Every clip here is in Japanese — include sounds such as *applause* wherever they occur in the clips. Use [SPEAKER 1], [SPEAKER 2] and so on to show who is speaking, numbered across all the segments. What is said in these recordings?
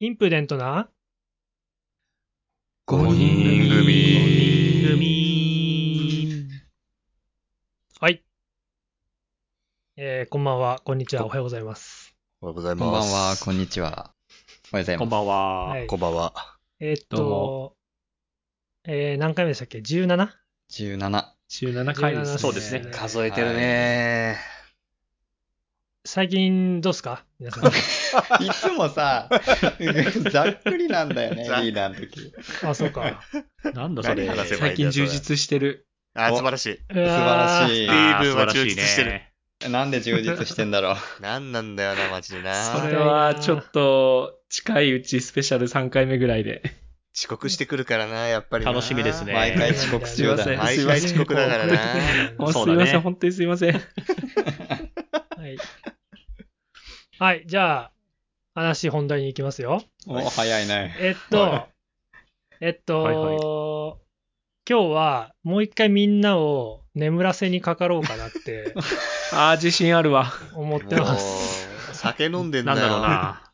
[SPEAKER 1] インプデントな
[SPEAKER 2] 5人組
[SPEAKER 1] 五人組はい。えー、こんばんは、こんにちは、おはようございます。
[SPEAKER 2] おはようござい
[SPEAKER 3] こんば
[SPEAKER 2] ま
[SPEAKER 3] んは、
[SPEAKER 2] す。
[SPEAKER 3] こんにちは。おはようございます。
[SPEAKER 4] こんばんは。
[SPEAKER 1] はい
[SPEAKER 2] こんばんは。
[SPEAKER 1] えーっ
[SPEAKER 4] どう
[SPEAKER 1] と、えー、何回目でしたっけ 17?
[SPEAKER 3] 17。
[SPEAKER 4] 17回ですね。
[SPEAKER 1] そ
[SPEAKER 4] そうう
[SPEAKER 1] で
[SPEAKER 4] ですす
[SPEAKER 1] ね
[SPEAKER 4] ね。
[SPEAKER 3] 数え
[SPEAKER 4] てる
[SPEAKER 3] ね
[SPEAKER 1] 最近どうっすか皆さん。
[SPEAKER 3] いつもさ、 *laughs* ざっくりなんだよね、
[SPEAKER 2] ざっ
[SPEAKER 3] リーダーの時。
[SPEAKER 1] あ、そうか。
[SPEAKER 4] なんだそれ。
[SPEAKER 2] 何話せばいい
[SPEAKER 4] 最
[SPEAKER 2] んだ
[SPEAKER 4] 近
[SPEAKER 2] よ
[SPEAKER 4] 充実してる。
[SPEAKER 2] あー、
[SPEAKER 3] お
[SPEAKER 2] 素晴らしい。
[SPEAKER 1] 素
[SPEAKER 3] 素晴ら
[SPEAKER 1] い。
[SPEAKER 3] し
[SPEAKER 2] あー
[SPEAKER 4] あー
[SPEAKER 2] ブームは充実
[SPEAKER 4] 素晴らい
[SPEAKER 2] してる
[SPEAKER 4] ね
[SPEAKER 3] い。なんで充実してんだろう。
[SPEAKER 2] なんなんだよな、マジで
[SPEAKER 4] そ
[SPEAKER 2] な。
[SPEAKER 4] れはちょっと近いうちスペシャル3回目ぐらいで。
[SPEAKER 2] 遅刻してくるからな、やっぱりな。
[SPEAKER 4] 楽しみ
[SPEAKER 2] *laughs*
[SPEAKER 4] ですね
[SPEAKER 3] 毎回遅刻中だ
[SPEAKER 4] すい
[SPEAKER 3] な
[SPEAKER 4] ま。
[SPEAKER 2] 毎回遅刻だからな。
[SPEAKER 4] あす
[SPEAKER 1] *laughs* はいい
[SPEAKER 4] まませせん、ん、本当にすいません。
[SPEAKER 1] はい。はい、じゃあ、話本題に行きますよ。
[SPEAKER 3] お、早いね。
[SPEAKER 1] えっと
[SPEAKER 3] は、
[SPEAKER 1] えっと、
[SPEAKER 4] はいはい
[SPEAKER 1] 今日はもう一回みんなを眠らせにかかろうかな
[SPEAKER 3] *laughs*
[SPEAKER 1] って
[SPEAKER 4] ああ、自信あるわ。
[SPEAKER 1] 思っ
[SPEAKER 2] も
[SPEAKER 1] てます。
[SPEAKER 2] う酒飲んでんだ
[SPEAKER 4] な
[SPEAKER 2] よ。
[SPEAKER 4] んだろうな。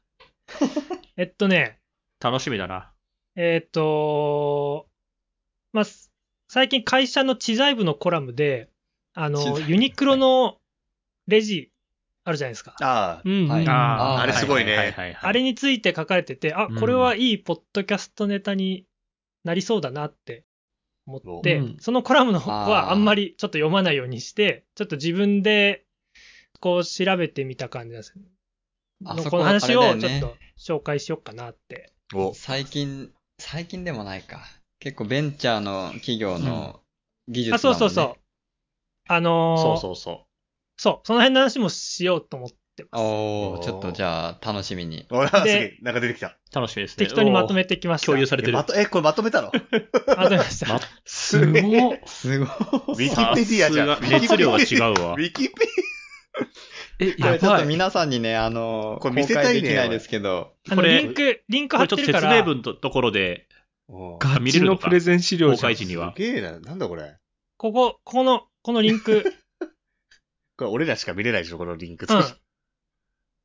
[SPEAKER 1] えっとね、
[SPEAKER 4] 楽しみだな。
[SPEAKER 1] えっと、まあ、す最近会社の知財部のコラムで、あ
[SPEAKER 3] 知財
[SPEAKER 1] の、
[SPEAKER 3] 部
[SPEAKER 1] ユニクロのレジあるじゃないですか。
[SPEAKER 2] ああ、
[SPEAKER 1] うんうん
[SPEAKER 3] はい
[SPEAKER 4] あ
[SPEAKER 3] あーあれす
[SPEAKER 2] ごいね
[SPEAKER 4] はいはいはいはい
[SPEAKER 1] あれについて書かれてて、あ
[SPEAKER 4] う、ん
[SPEAKER 1] これはいいポッドキャストネタになりそうだなって思って、
[SPEAKER 4] うん
[SPEAKER 1] そのコラムの方
[SPEAKER 3] あ
[SPEAKER 1] は
[SPEAKER 3] ー
[SPEAKER 1] あんまりちょっと読まないようにして、ちょっと自分でこう調べてみた感じなんですよ。
[SPEAKER 3] あ
[SPEAKER 1] のこ
[SPEAKER 3] そこ
[SPEAKER 1] の
[SPEAKER 3] はあれ
[SPEAKER 1] 話を
[SPEAKER 3] だよ
[SPEAKER 1] ちょっ
[SPEAKER 3] ね
[SPEAKER 1] と。紹介しようかなって。
[SPEAKER 2] お、
[SPEAKER 3] 最近、最近でもないか。結構ベンチャーの企業の技術
[SPEAKER 1] あ、
[SPEAKER 3] だもんね
[SPEAKER 1] そうそうそう。。あのー
[SPEAKER 4] そうそうそ
[SPEAKER 1] そう、その辺の話もしようと思ってます。
[SPEAKER 3] おー、ちょっとじゃあ、楽しみに。
[SPEAKER 2] おら、すげ
[SPEAKER 1] で
[SPEAKER 2] え、なんか出てきた。
[SPEAKER 4] う。楽しみですね。
[SPEAKER 1] 適当にまと
[SPEAKER 4] お
[SPEAKER 1] めてきまし
[SPEAKER 4] ー
[SPEAKER 1] た。
[SPEAKER 4] 共有され
[SPEAKER 2] え、
[SPEAKER 4] てる
[SPEAKER 2] ま。とえ、これまとめたの
[SPEAKER 1] まとめました。
[SPEAKER 4] ま
[SPEAKER 2] すげえ。ウ
[SPEAKER 4] ごっ
[SPEAKER 3] すごい。
[SPEAKER 2] ィキペディアじゃ
[SPEAKER 4] さ
[SPEAKER 2] ん。
[SPEAKER 4] すが熱量が違うわ
[SPEAKER 2] ウ。ィキペ
[SPEAKER 4] え、
[SPEAKER 3] こ
[SPEAKER 4] や
[SPEAKER 3] れちょっ
[SPEAKER 4] ば
[SPEAKER 3] と
[SPEAKER 4] い。
[SPEAKER 3] 皆さんにね、あの、
[SPEAKER 2] これ見せたいね
[SPEAKER 3] 公開できないですけど。
[SPEAKER 1] あの
[SPEAKER 4] これ
[SPEAKER 1] リンク、リンク
[SPEAKER 4] こ
[SPEAKER 1] 貼
[SPEAKER 4] れ
[SPEAKER 1] っ
[SPEAKER 4] ちょ
[SPEAKER 1] て
[SPEAKER 4] っと
[SPEAKER 1] るか
[SPEAKER 4] 説
[SPEAKER 1] ら。
[SPEAKER 4] 明文のところで
[SPEAKER 2] お
[SPEAKER 4] ガチのプレ
[SPEAKER 5] ゼン資
[SPEAKER 4] 公開時には
[SPEAKER 2] す。げえな、なんだこれ。
[SPEAKER 1] ここ、ここの、このリンク。
[SPEAKER 2] これ俺らしか見れないでしょ、このリンク。
[SPEAKER 1] うん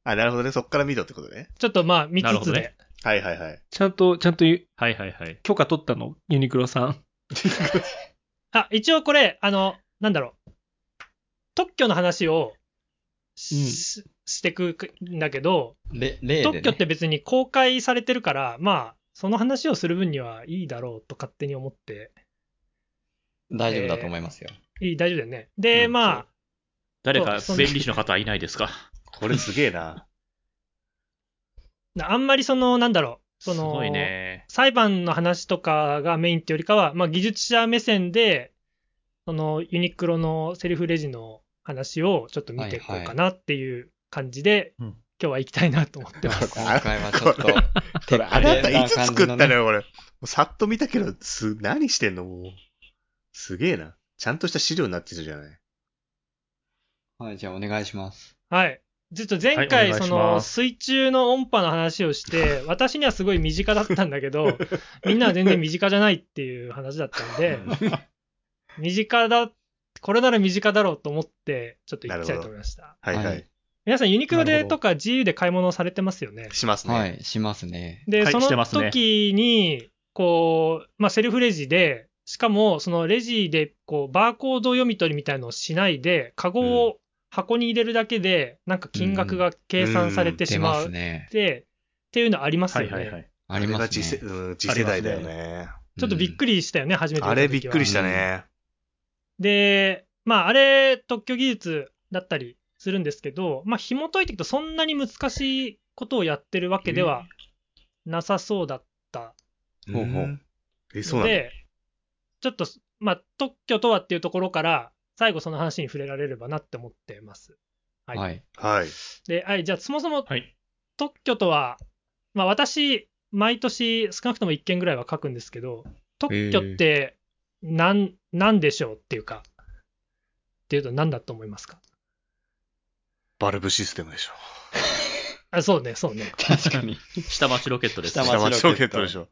[SPEAKER 2] あ、なるほどね。そっから見ろってことね。
[SPEAKER 1] ちょっとまあ、見
[SPEAKER 4] なる
[SPEAKER 1] つ
[SPEAKER 4] ほ
[SPEAKER 1] つ
[SPEAKER 4] ど
[SPEAKER 1] で。
[SPEAKER 4] ね
[SPEAKER 2] はいはいはい。
[SPEAKER 5] ちゃんと、ちゃんと
[SPEAKER 4] はいはいはい。
[SPEAKER 5] 許可取ったのユニクロさん。
[SPEAKER 1] あ、一応これ、あの、なんだろう。特許の話をし,、してくんだけど、
[SPEAKER 3] れ例で、ね。
[SPEAKER 1] 特許って別に公開されてるから、まあ、その話をする分にはいいだろうと勝手に思って、
[SPEAKER 3] 大丈夫だと思いますよ。
[SPEAKER 1] いい、大丈夫だよね。
[SPEAKER 4] う
[SPEAKER 1] で、
[SPEAKER 4] ん
[SPEAKER 1] まあ、
[SPEAKER 4] 誰か
[SPEAKER 1] そうそんな
[SPEAKER 4] 弁理士の方いないですか
[SPEAKER 2] これすげえな。
[SPEAKER 1] なあんまりその、なんだろう、そ
[SPEAKER 4] す
[SPEAKER 1] の、
[SPEAKER 4] ごいね。
[SPEAKER 1] 裁判の話とかがメインってよりかは、まあ、技術者目線で、そのユニクロのセルフレジの話をちょっと見ていこうかなっていう感じで、
[SPEAKER 4] うん
[SPEAKER 1] 今日は行きたいなと思って
[SPEAKER 3] で
[SPEAKER 1] ま
[SPEAKER 4] *laughs*
[SPEAKER 3] も
[SPEAKER 1] す。
[SPEAKER 3] 今回はちょっと、
[SPEAKER 2] これ、あなた
[SPEAKER 3] テッカレ
[SPEAKER 2] い
[SPEAKER 3] な
[SPEAKER 2] つ
[SPEAKER 3] 感
[SPEAKER 2] 作
[SPEAKER 3] じの
[SPEAKER 2] ったの
[SPEAKER 3] ね
[SPEAKER 2] よ、これ。もうさっと見たけど、す、何してんのもう。すげえな。ちゃんとした資料になってるじゃない。
[SPEAKER 3] はい、じゃあお願いします。
[SPEAKER 1] はい。ちょっと前
[SPEAKER 4] はい
[SPEAKER 1] 回、
[SPEAKER 4] お願い
[SPEAKER 1] そ
[SPEAKER 4] し
[SPEAKER 1] の
[SPEAKER 4] ます
[SPEAKER 1] 水中の音波の話
[SPEAKER 4] *laughs*
[SPEAKER 1] をして、私にはすごい身近だったんだけど、みんなは全然身近じゃないっていう話だったん
[SPEAKER 4] *laughs*
[SPEAKER 1] で、身近だ、これなら身近だろうと思って、ちょっと行きたいと思いました。
[SPEAKER 2] はいは
[SPEAKER 3] はいい。
[SPEAKER 1] 皆さん、ユニクロ
[SPEAKER 4] なる
[SPEAKER 1] で
[SPEAKER 4] ほど
[SPEAKER 1] とか GU で買い物をされてますよね。
[SPEAKER 2] しますね。
[SPEAKER 3] はい、しますね。
[SPEAKER 1] で、
[SPEAKER 4] はい
[SPEAKER 1] そ
[SPEAKER 4] して
[SPEAKER 1] の
[SPEAKER 4] ますね
[SPEAKER 1] 時に、こう、まあ、セルフレジで、しかも、そのレジで、こう、バーコード読み取りみたいのをしないで、カゴを箱に入れるだけで、なんか金額が計算されてし
[SPEAKER 3] 出
[SPEAKER 1] ま
[SPEAKER 3] ま
[SPEAKER 1] う
[SPEAKER 3] すね。
[SPEAKER 1] で、っていうのあります
[SPEAKER 4] は
[SPEAKER 1] よ
[SPEAKER 4] い
[SPEAKER 1] ね。
[SPEAKER 4] はいはい。
[SPEAKER 3] あります
[SPEAKER 2] あれが次世、
[SPEAKER 3] ね。
[SPEAKER 2] うん、次世代だよね。
[SPEAKER 1] ちょっとびっくりしたよね、初めて見た
[SPEAKER 2] あ
[SPEAKER 1] 時は。
[SPEAKER 2] れびっくりしたね。
[SPEAKER 1] で、まあ、あれ、特許技術だったりするんですけど、まあ、紐解いていくと、そんなに難しいことをやってるわけではなさそうだった
[SPEAKER 3] うんほうほう
[SPEAKER 2] え、そうなんだ。
[SPEAKER 1] で、ちょっと、まあ、特許とはっていうところから、最後その話に触れられればなって思ってます。はい
[SPEAKER 3] はい。
[SPEAKER 2] はい。
[SPEAKER 1] で、はい、じゃあ、そもそも
[SPEAKER 4] はい。
[SPEAKER 1] 特許とは、まあ、私、毎年少なくとも1件ぐらいは書くんですけど、特許って何、なんでしょうっていうか、っていうと何だと思いますか
[SPEAKER 2] バルブシステムでしょ。
[SPEAKER 1] あ、そうね、そうね。
[SPEAKER 3] 確かに。
[SPEAKER 4] 下町ロケットですね。
[SPEAKER 3] 下町
[SPEAKER 2] 下
[SPEAKER 3] ロケット
[SPEAKER 2] 町ロケットでしょ。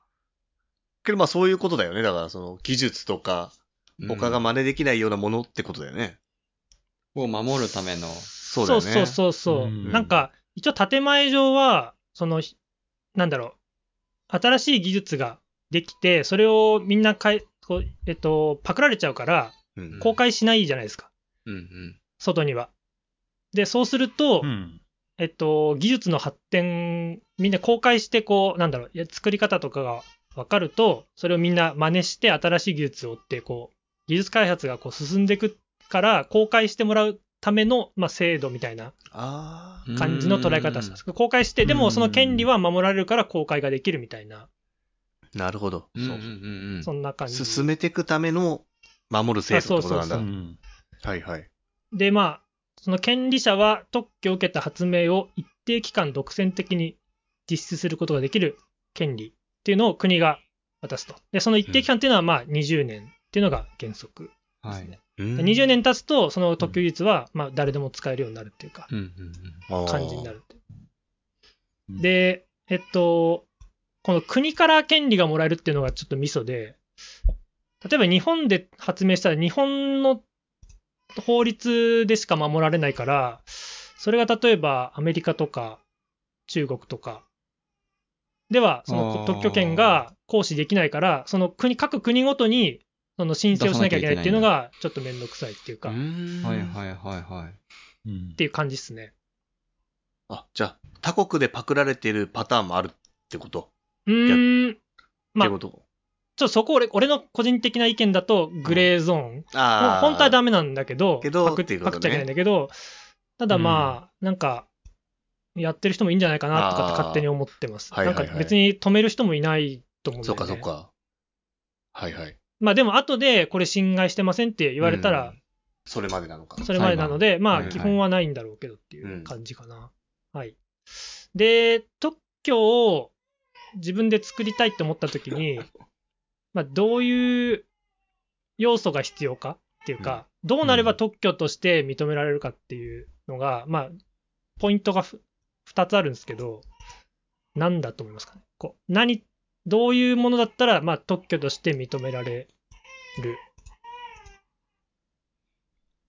[SPEAKER 2] けどまあそういうことだよね。だからその技術とか、他が
[SPEAKER 3] うん
[SPEAKER 2] 真似できないようなものってことだよね。
[SPEAKER 3] を守るための。
[SPEAKER 2] そうだよね。
[SPEAKER 1] そうそうそうそ
[SPEAKER 4] う
[SPEAKER 1] う
[SPEAKER 4] ん
[SPEAKER 1] なんか、一応建前上は、その、なんだろう、新しい技術ができて、それをみんなかいこう、えっと、パクられちゃうから、
[SPEAKER 2] うん
[SPEAKER 1] 公開しないじゃないですか、
[SPEAKER 3] うんうん。
[SPEAKER 1] 外には。で、そうすると、
[SPEAKER 6] うん。
[SPEAKER 1] えっと、技術の発展、みんな公開して、こう、なんだろう、いや作り方とかが分かると、それをみんな真似して、新しい技術を追って、こう、技術開発がこう進んでいくから、公開してもらうための、まあ、制度みたいな
[SPEAKER 2] ああ。
[SPEAKER 1] 感じの捉え方をしたんです。公開して、でもその権利は守られるから公開ができるみたいな、
[SPEAKER 2] なるほど。
[SPEAKER 3] うんうん
[SPEAKER 2] そう
[SPEAKER 3] うんうん。
[SPEAKER 1] そんな感じ。
[SPEAKER 2] 進めていくための守る制度ってことなん
[SPEAKER 1] あそ
[SPEAKER 2] だ
[SPEAKER 1] うう。
[SPEAKER 6] ん
[SPEAKER 2] はいはい。
[SPEAKER 1] で、まあ、その権利者は特許を受けた発明を一定期間独占的に実施することができる権利っていうのを国が渡すと。で、その一定期間っていうのはまあ20年っていうのが原則で
[SPEAKER 3] は
[SPEAKER 1] す
[SPEAKER 3] い。
[SPEAKER 1] ね。
[SPEAKER 2] うん
[SPEAKER 1] で20年経つと、その特許技術はまあ誰でも使えるようになるっていうか、
[SPEAKER 3] うんうん
[SPEAKER 1] 感じにな。るって
[SPEAKER 6] うん
[SPEAKER 1] で、えっと、この国から権利がもらえるっていうのがちょっとミソで、例えば日本で発明したら日本の法律でしか守られないから、それが例えばアメリカとか中国とかでは、そ
[SPEAKER 3] あー
[SPEAKER 1] の特許権が行使できないから、その国、各国ごとにその申請をしなきゃいけないっていうのがちょっとめんどくさいっていうか、
[SPEAKER 2] う
[SPEAKER 1] っ
[SPEAKER 2] ん。
[SPEAKER 3] はいはいはいはい。
[SPEAKER 6] うん
[SPEAKER 1] ていう感じですね。
[SPEAKER 2] あ、じゃあ、他国でパクられてるパターンもあるってこと
[SPEAKER 1] うーん。ま
[SPEAKER 2] っ
[SPEAKER 1] あ
[SPEAKER 2] てこと
[SPEAKER 1] ちょっとそこ俺、俺の個人的な意見だと、グレーゾーン。もう
[SPEAKER 2] ああ。
[SPEAKER 1] 本当はダメなんだけど、
[SPEAKER 2] けど
[SPEAKER 1] パク
[SPEAKER 2] っていうこ
[SPEAKER 1] パ
[SPEAKER 2] と
[SPEAKER 1] ク
[SPEAKER 2] ね
[SPEAKER 1] っちゃいけないんだけど、ただまあ、なんか、やってる人もいいんじゃないかなとかって勝手に思ってます。
[SPEAKER 2] あーはいはいはい
[SPEAKER 1] なんか別に止める人もいないと思うんだ
[SPEAKER 2] そ
[SPEAKER 1] よ
[SPEAKER 2] っ
[SPEAKER 1] ね。
[SPEAKER 2] かそっか。はいはい。
[SPEAKER 1] まあでも、後でこれ侵害してませんって言われたら
[SPEAKER 2] うん、それまでなのか。
[SPEAKER 1] それまでなので、ま
[SPEAKER 2] は
[SPEAKER 1] あ、
[SPEAKER 2] いはい
[SPEAKER 1] 基本はないんだろうけどっていう感じかな。はい。で、特許を自分で作りたいって思ったとき
[SPEAKER 3] *laughs*
[SPEAKER 1] に、まあ、どういう要素が必要かっていうか、どうなれば特許として認められるかっていうのが、まあ、ポイントがふ2つあるんですけど、何だと思いますかね。こう、何、どういうものだったら、まあ、特許として認められる。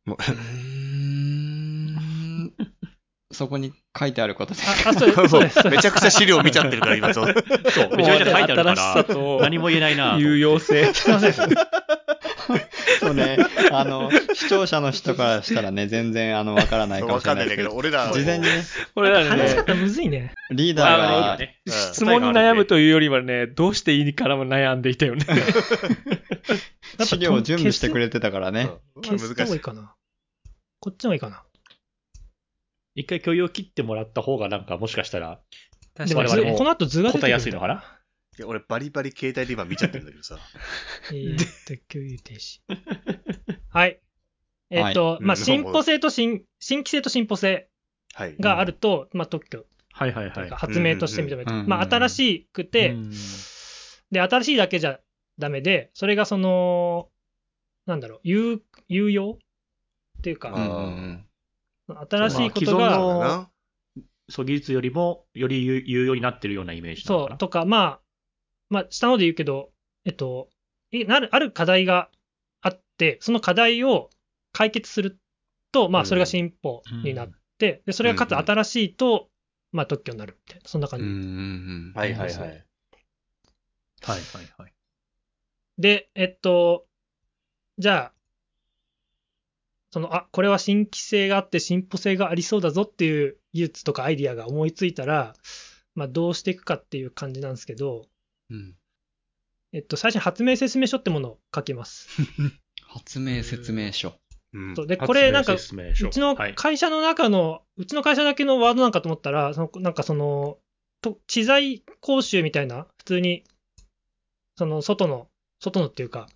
[SPEAKER 2] もう
[SPEAKER 3] うーんそこに書いてあることで。
[SPEAKER 1] あ、あそうです。そうです。
[SPEAKER 2] めちゃくちゃ資料見ちゃってるから、
[SPEAKER 1] *laughs*
[SPEAKER 2] 今、そう。
[SPEAKER 6] そう、めちゃめちゃ書いてあるから、何も言えない
[SPEAKER 5] *laughs*
[SPEAKER 6] な。
[SPEAKER 4] 有用性。
[SPEAKER 1] すいません。
[SPEAKER 3] そう *laughs* ね。あの、視聴者の人からしたらね、全然、あの、わからないかも
[SPEAKER 2] わ
[SPEAKER 3] しれ
[SPEAKER 2] かん
[SPEAKER 3] な
[SPEAKER 2] ないいんだ
[SPEAKER 3] ですけ
[SPEAKER 2] けど、
[SPEAKER 3] ど、
[SPEAKER 2] 俺らは。
[SPEAKER 3] 事前に *laughs* ね、
[SPEAKER 4] 俺ら
[SPEAKER 1] 話し
[SPEAKER 4] ね、
[SPEAKER 1] 方むずいね。
[SPEAKER 3] リー
[SPEAKER 4] あの
[SPEAKER 3] ダーが、
[SPEAKER 2] うん
[SPEAKER 4] 質問に悩むというよりはね、どうしていいからも悩んでいたよね。
[SPEAKER 3] 資料を準備してくれてたからね。
[SPEAKER 1] 消す方が
[SPEAKER 2] 難し
[SPEAKER 1] いい
[SPEAKER 2] い。
[SPEAKER 1] かな。こっちの方がいいかな。
[SPEAKER 6] 一回共有を切ってもらった方が、なんか、もしかしたら、
[SPEAKER 1] でも
[SPEAKER 6] 我々
[SPEAKER 1] 図
[SPEAKER 6] も
[SPEAKER 1] この後図が出てく
[SPEAKER 6] 答
[SPEAKER 1] る
[SPEAKER 6] えやすいのかな
[SPEAKER 2] で俺、バリバリ携帯で今見ちゃってるんだけどさ。
[SPEAKER 1] えーっと、共有停止。はい。えーっと、
[SPEAKER 2] い
[SPEAKER 1] まあ、
[SPEAKER 2] うん
[SPEAKER 1] 進歩性と新、新規性と進歩性
[SPEAKER 2] はい。
[SPEAKER 1] *laughs* があると、まあ、特許
[SPEAKER 6] はいはい
[SPEAKER 1] と
[SPEAKER 6] は
[SPEAKER 1] いう
[SPEAKER 6] い
[SPEAKER 1] か。発明として認める。
[SPEAKER 3] うんうんうん
[SPEAKER 1] まあ、新しくて、
[SPEAKER 6] うん
[SPEAKER 1] で、新しいだけじゃダメで、それがその、なんだろう、有、有用っていう
[SPEAKER 2] う
[SPEAKER 1] か、
[SPEAKER 2] ん
[SPEAKER 1] 新しいこと
[SPEAKER 6] まあ既存
[SPEAKER 1] が、
[SPEAKER 6] の
[SPEAKER 2] な。
[SPEAKER 6] そう、技術よりも、より有有用になってるようなイメージなの
[SPEAKER 1] そ
[SPEAKER 6] か
[SPEAKER 1] う、
[SPEAKER 6] な。
[SPEAKER 1] とか、まあ、まあ、下の方で言うけど、えっと、いなる、ある課題があって、その課題を解決すると、まあ、
[SPEAKER 2] うん
[SPEAKER 1] それが進歩になって、で、それがかつ
[SPEAKER 2] うんうん
[SPEAKER 1] 新しいと、まあ、特許になるみたいな、そんな感
[SPEAKER 3] うん
[SPEAKER 1] じ。
[SPEAKER 3] うん
[SPEAKER 2] はいはいはい。
[SPEAKER 6] はいはいはい。
[SPEAKER 1] で、えっと、じゃあ、その、あ、これは新規性があって進歩性がありそうだぞっていう技術とかアイディアが思いついたら、まあ、どうしていくかっていう感じなんですけど、
[SPEAKER 3] うん。
[SPEAKER 1] えっと、最初に発明説明書ってものを書きます。
[SPEAKER 3] 発明説明書。
[SPEAKER 2] うん
[SPEAKER 1] そうで、これなんか、う
[SPEAKER 6] 発明説明書
[SPEAKER 1] ちの
[SPEAKER 6] はい
[SPEAKER 1] 会社の中の、うちの会社だけのワードなんかと思ったら、そのなんかその、と知財講習みたいな、普通に、その、外の、外のっていうか、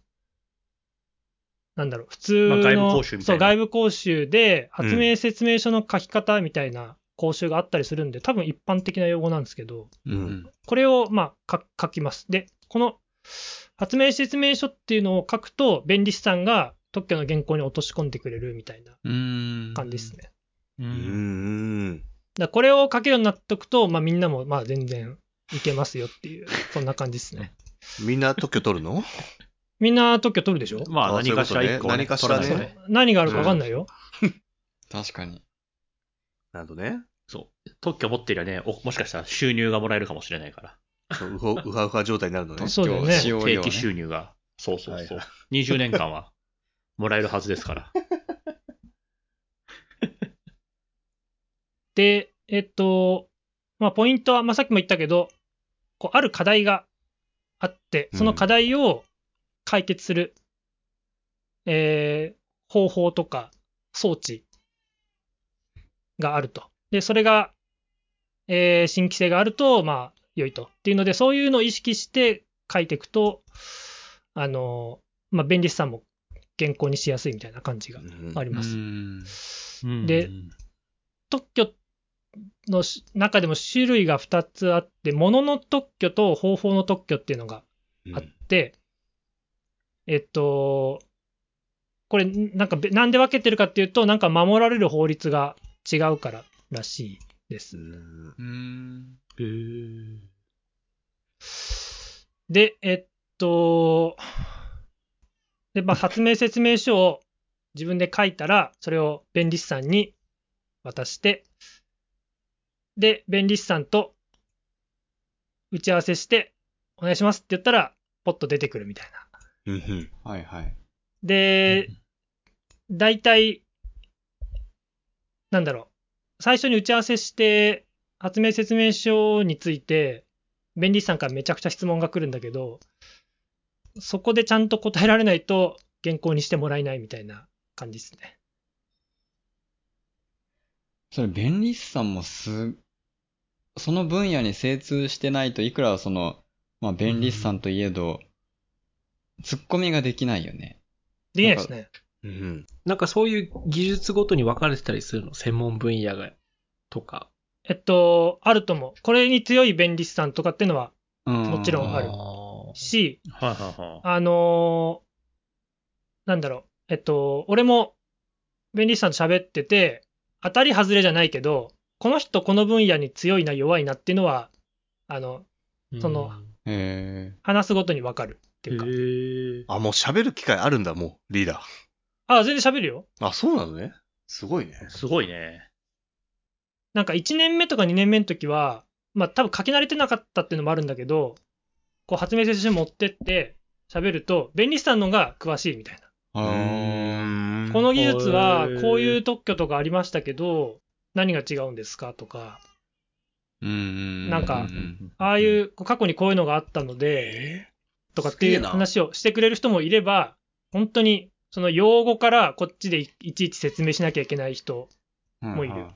[SPEAKER 1] なんだろう、普通
[SPEAKER 6] ま
[SPEAKER 1] の、
[SPEAKER 6] あ外部講習みた
[SPEAKER 1] そ、
[SPEAKER 6] いうな
[SPEAKER 1] 外部講習で、発明説明書の書き方みたいな講習があったりするんで、多分一般的な用語なんですけど、
[SPEAKER 2] うん
[SPEAKER 1] これを、まあ、か書きます。で、この発明説明書っていうのを書くと、弁理士さんが特許の原稿に落とし込んでくれるみたいな
[SPEAKER 3] うん。
[SPEAKER 1] 感じですね。
[SPEAKER 6] う
[SPEAKER 2] うんん。
[SPEAKER 1] だからこれを書けるようになっとくと、まあ、みんなもまあ全然いけますよっていう、そんな感じですね。
[SPEAKER 2] みんな特許取るの
[SPEAKER 1] みんな特許取るでしょ
[SPEAKER 6] まあ、
[SPEAKER 2] あそうい
[SPEAKER 6] 何
[SPEAKER 2] うこ
[SPEAKER 6] かし
[SPEAKER 2] とね
[SPEAKER 6] ら一個はね
[SPEAKER 2] 何かしらね
[SPEAKER 6] 取らないと
[SPEAKER 1] 何があるか分かんないよ。
[SPEAKER 3] 確かに。
[SPEAKER 2] なるほどね。
[SPEAKER 7] そう。特許持ってりゃね、おもしかしたら収入がもらえるかもしれないから。
[SPEAKER 2] そうウホウハウハ状態になるのね。
[SPEAKER 1] そうだよね
[SPEAKER 3] 使用
[SPEAKER 7] 定
[SPEAKER 3] 料、ね
[SPEAKER 7] 期。収入が。そうそうそう。
[SPEAKER 2] は
[SPEAKER 7] 20年間はもらえるはずですから。
[SPEAKER 1] で、えっと、まあ、ポイントは、まあ、さっきも言ったけど、こう、ある課題があって、その課題を解決する、えー方法とか装置があると。で、それが、えー新規性があると、まあ、良いと。っていうので、そういうのを意識して書いていくと、あの、まあ、便利さも健康にしやすいみたいな感じが
[SPEAKER 2] うん
[SPEAKER 1] あり
[SPEAKER 3] う
[SPEAKER 1] ます。
[SPEAKER 3] ん。
[SPEAKER 1] で、特許のし中でも種類が2つあって、ものの特許と方法の特許っていうのがあって、えっと、これ、なんかべ、なんで分けてるかっていうと、なんか守られる法律が違うかららしいです
[SPEAKER 2] う。ん
[SPEAKER 3] うん。
[SPEAKER 1] で、えっと、で、まあ、発明説明書を自分で書いたら、それを弁理士さんに渡して、で、弁理士さんと打ち合わせして、お願いしますって言ったら、ポッと出てくるみたいな。
[SPEAKER 2] うんうん
[SPEAKER 3] はいはい。
[SPEAKER 1] で、大体、なんだろう、最初に打ち合わせして、発明説明書について、弁理士さんからめちゃくちゃ質問が来るんだけど、そこでちゃんと答えられないと、原稿にしてもらえないみたいな感じですね。
[SPEAKER 3] それ、弁理士さんもす、その分野に精通してないといくらその、まあ、弁理士さんといえど、ツッコミができないよね。
[SPEAKER 1] できないですね。
[SPEAKER 2] うん
[SPEAKER 5] なんかそういう技術ごとに分かれてたりするの専門分野が、とか。
[SPEAKER 1] えっと、あると思う。これに強い弁理士さんとかってのは、も
[SPEAKER 3] も
[SPEAKER 1] ちろんある
[SPEAKER 5] あ
[SPEAKER 1] し、
[SPEAKER 7] はいはいはい。
[SPEAKER 1] あのーなんだろう、えっと、俺も、弁理士さんと喋ってて、当たり外れじゃないけど、この人この分野に強いな弱いなっていうのは、あの、
[SPEAKER 5] あ
[SPEAKER 1] その、
[SPEAKER 3] へ
[SPEAKER 1] 話すごとにわかるっていうか。
[SPEAKER 2] あ、もう喋る機会あるんだ、もう、リーダ
[SPEAKER 1] あ、全然喋るよ。
[SPEAKER 2] ー。あ、そうなのね。すごいね。
[SPEAKER 7] すごいね。
[SPEAKER 1] なんか1年目とか2年目の時は、まあ多分書き慣れてなかったっていうのもあるんだけど、こう発明説書持ってって喋ると、弁理士さんの方が詳しいみたいな。
[SPEAKER 3] ぇ
[SPEAKER 2] う
[SPEAKER 3] ー。
[SPEAKER 2] ーん
[SPEAKER 1] この技術はこういう特許とかありましたけど、何が違うんですかとか、
[SPEAKER 3] うんうん。
[SPEAKER 1] なんか
[SPEAKER 3] う
[SPEAKER 1] ああいう、こう過去にこういうのがあったので、とかってい
[SPEAKER 2] す
[SPEAKER 1] う
[SPEAKER 2] げえな
[SPEAKER 1] 話をしてくれる人もいれば、本当に、その用語からこっちでいいちいち説明しなきゃいけない人。もういる
[SPEAKER 3] はは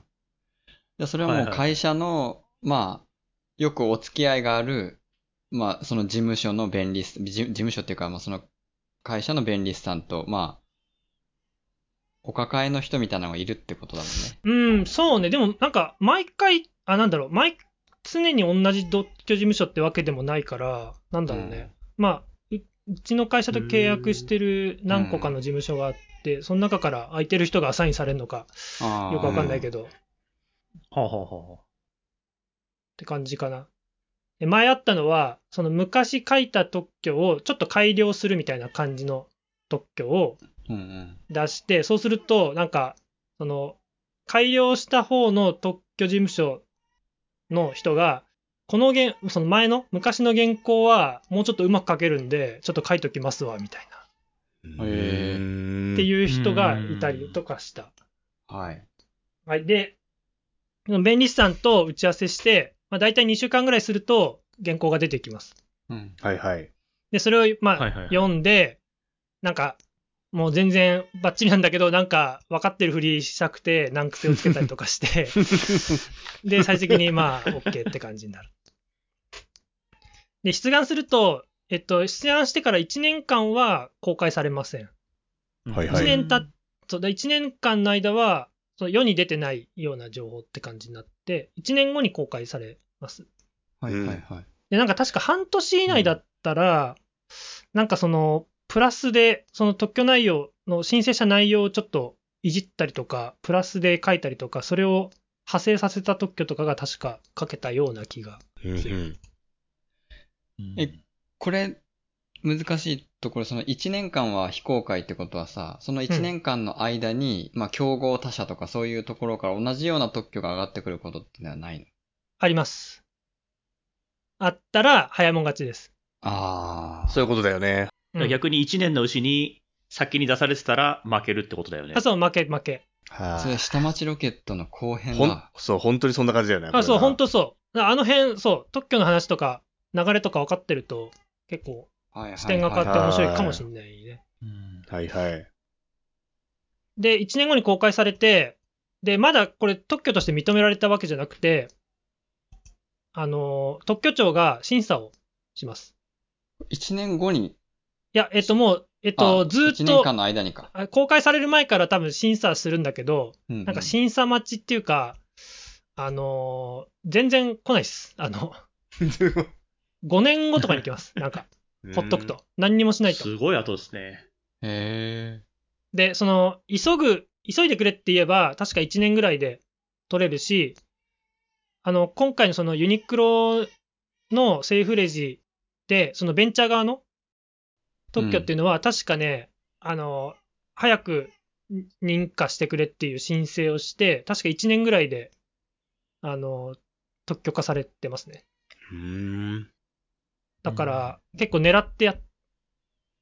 [SPEAKER 3] じゃあそれはもう会社の、まあ、よくお付き合いがある、まあ、その事務所の弁理士、事事務所っていうか、まあ、その会社の弁理士さんと、まあ、お抱えの人みたいなのがいるってことだもんね。
[SPEAKER 1] うん、そうね。でもなんか、毎回、あ、なんだろう、毎、常に同じ独居事務所ってわけでもないから、なんだろうね。まあ、ううちの会社と契約してる何個かの事務所があって、その中から空いてる人がアサインされるのか、
[SPEAKER 3] あー
[SPEAKER 1] よくわかんないけど、っ
[SPEAKER 7] はあ、はあは
[SPEAKER 1] て感じかな。で前あったのは、その昔書いた特許をちょっと改良するみたいな感じの特許を
[SPEAKER 3] うんうん。
[SPEAKER 1] 出して、そうすると、なんか、その、改良した方の特許事務所の人が、この原、その前の、昔の原稿は、もうちょっとうまく書けるんで、ちょっと書いときますわ、みたいな。
[SPEAKER 3] へ
[SPEAKER 1] って
[SPEAKER 2] う
[SPEAKER 1] いう人がいたりとかした。
[SPEAKER 3] はい。
[SPEAKER 1] はい。で、弁理士さんと打ち合わせして、まあ、大体2週間ぐらいすると、原稿が出てきます。
[SPEAKER 3] うん。
[SPEAKER 2] ーん。はいはい。
[SPEAKER 1] で、それを、まあ、
[SPEAKER 7] はいはいはい
[SPEAKER 1] 読んで、なんか、もう全然バッチリなんだけど、なんか分かってるふりしたくて、難癖をつけたりとか
[SPEAKER 7] *laughs*
[SPEAKER 1] して、で、最終的にまあ、OK って感じになる。で、出願すると、えっと、出願してから1年間は公開されません。
[SPEAKER 2] はいは
[SPEAKER 1] 1
[SPEAKER 2] い。
[SPEAKER 1] 年たっ、そうだ、1年間の間は、その世に出てないような情報って感じになって、1年後に公開されます。
[SPEAKER 3] はい
[SPEAKER 2] うん
[SPEAKER 3] はいはい。
[SPEAKER 1] で、なんか確か半年以内だったら、なんかその、プラスで、その特許内容の申請した内容をちょっといじったりとか、プラスで書いたりとか、それを派生させた特許とかが確か書けたような気が。
[SPEAKER 2] うんうん
[SPEAKER 7] い。
[SPEAKER 3] えこれ、難しいとこれその1年間は非公開ってことはさ、その1年間の間に、まあ競合他社とかそういうところから同じような特許が上がってくることってのはないの
[SPEAKER 1] あります。あったら、早いもん勝ちです。
[SPEAKER 3] ああ。
[SPEAKER 2] そういうことだよね。
[SPEAKER 1] うん
[SPEAKER 7] 逆に1年のうちに先に出されてたら負けるってことだよね
[SPEAKER 1] あ、。そう、負け負け。
[SPEAKER 2] は
[SPEAKER 3] それ下町ロケットの後編
[SPEAKER 2] ほん
[SPEAKER 3] だ。、
[SPEAKER 2] そう、本当にそんな感じだよね。
[SPEAKER 1] あ、そう、本
[SPEAKER 2] 当
[SPEAKER 1] 当そう。あの辺、そう、特許の話とか、流れとか分かってると、結構、
[SPEAKER 3] はいはいはい
[SPEAKER 1] 視点が変わって面白いかもしれないね。
[SPEAKER 2] はいはい。
[SPEAKER 1] で、1年後に公開されて、で、まだこれ特許として認められたわけじゃなくて、あの、特許庁が審査をします。
[SPEAKER 3] 1年後に、
[SPEAKER 1] いや、えっと、もう、えっ
[SPEAKER 3] あ
[SPEAKER 1] と、ずー
[SPEAKER 3] 1
[SPEAKER 1] っ
[SPEAKER 3] 年
[SPEAKER 1] と
[SPEAKER 3] 間の間にか。
[SPEAKER 1] あ公開される前から多分審査するんだけど、
[SPEAKER 3] うんうん
[SPEAKER 1] なんか審査待ちっていうか、あのー全然来ないっす。あの、5年後とかに来ます。なんか、ほっとくと。何にもしないと。
[SPEAKER 7] すごい後ですね。
[SPEAKER 3] へえ。
[SPEAKER 1] で、その、急ぐ、急いでくれって言えば、確か1年ぐらいで取れるし、あの、今回のそのユニクロのセーフレジで、そのベンチャー側の特許っていうのは、確かね、あの、早く認可してくれっていう申請をして、確か1年ぐらいで、あの、特許化されてますね。
[SPEAKER 2] うーん。
[SPEAKER 1] だから、結構狙ってやっ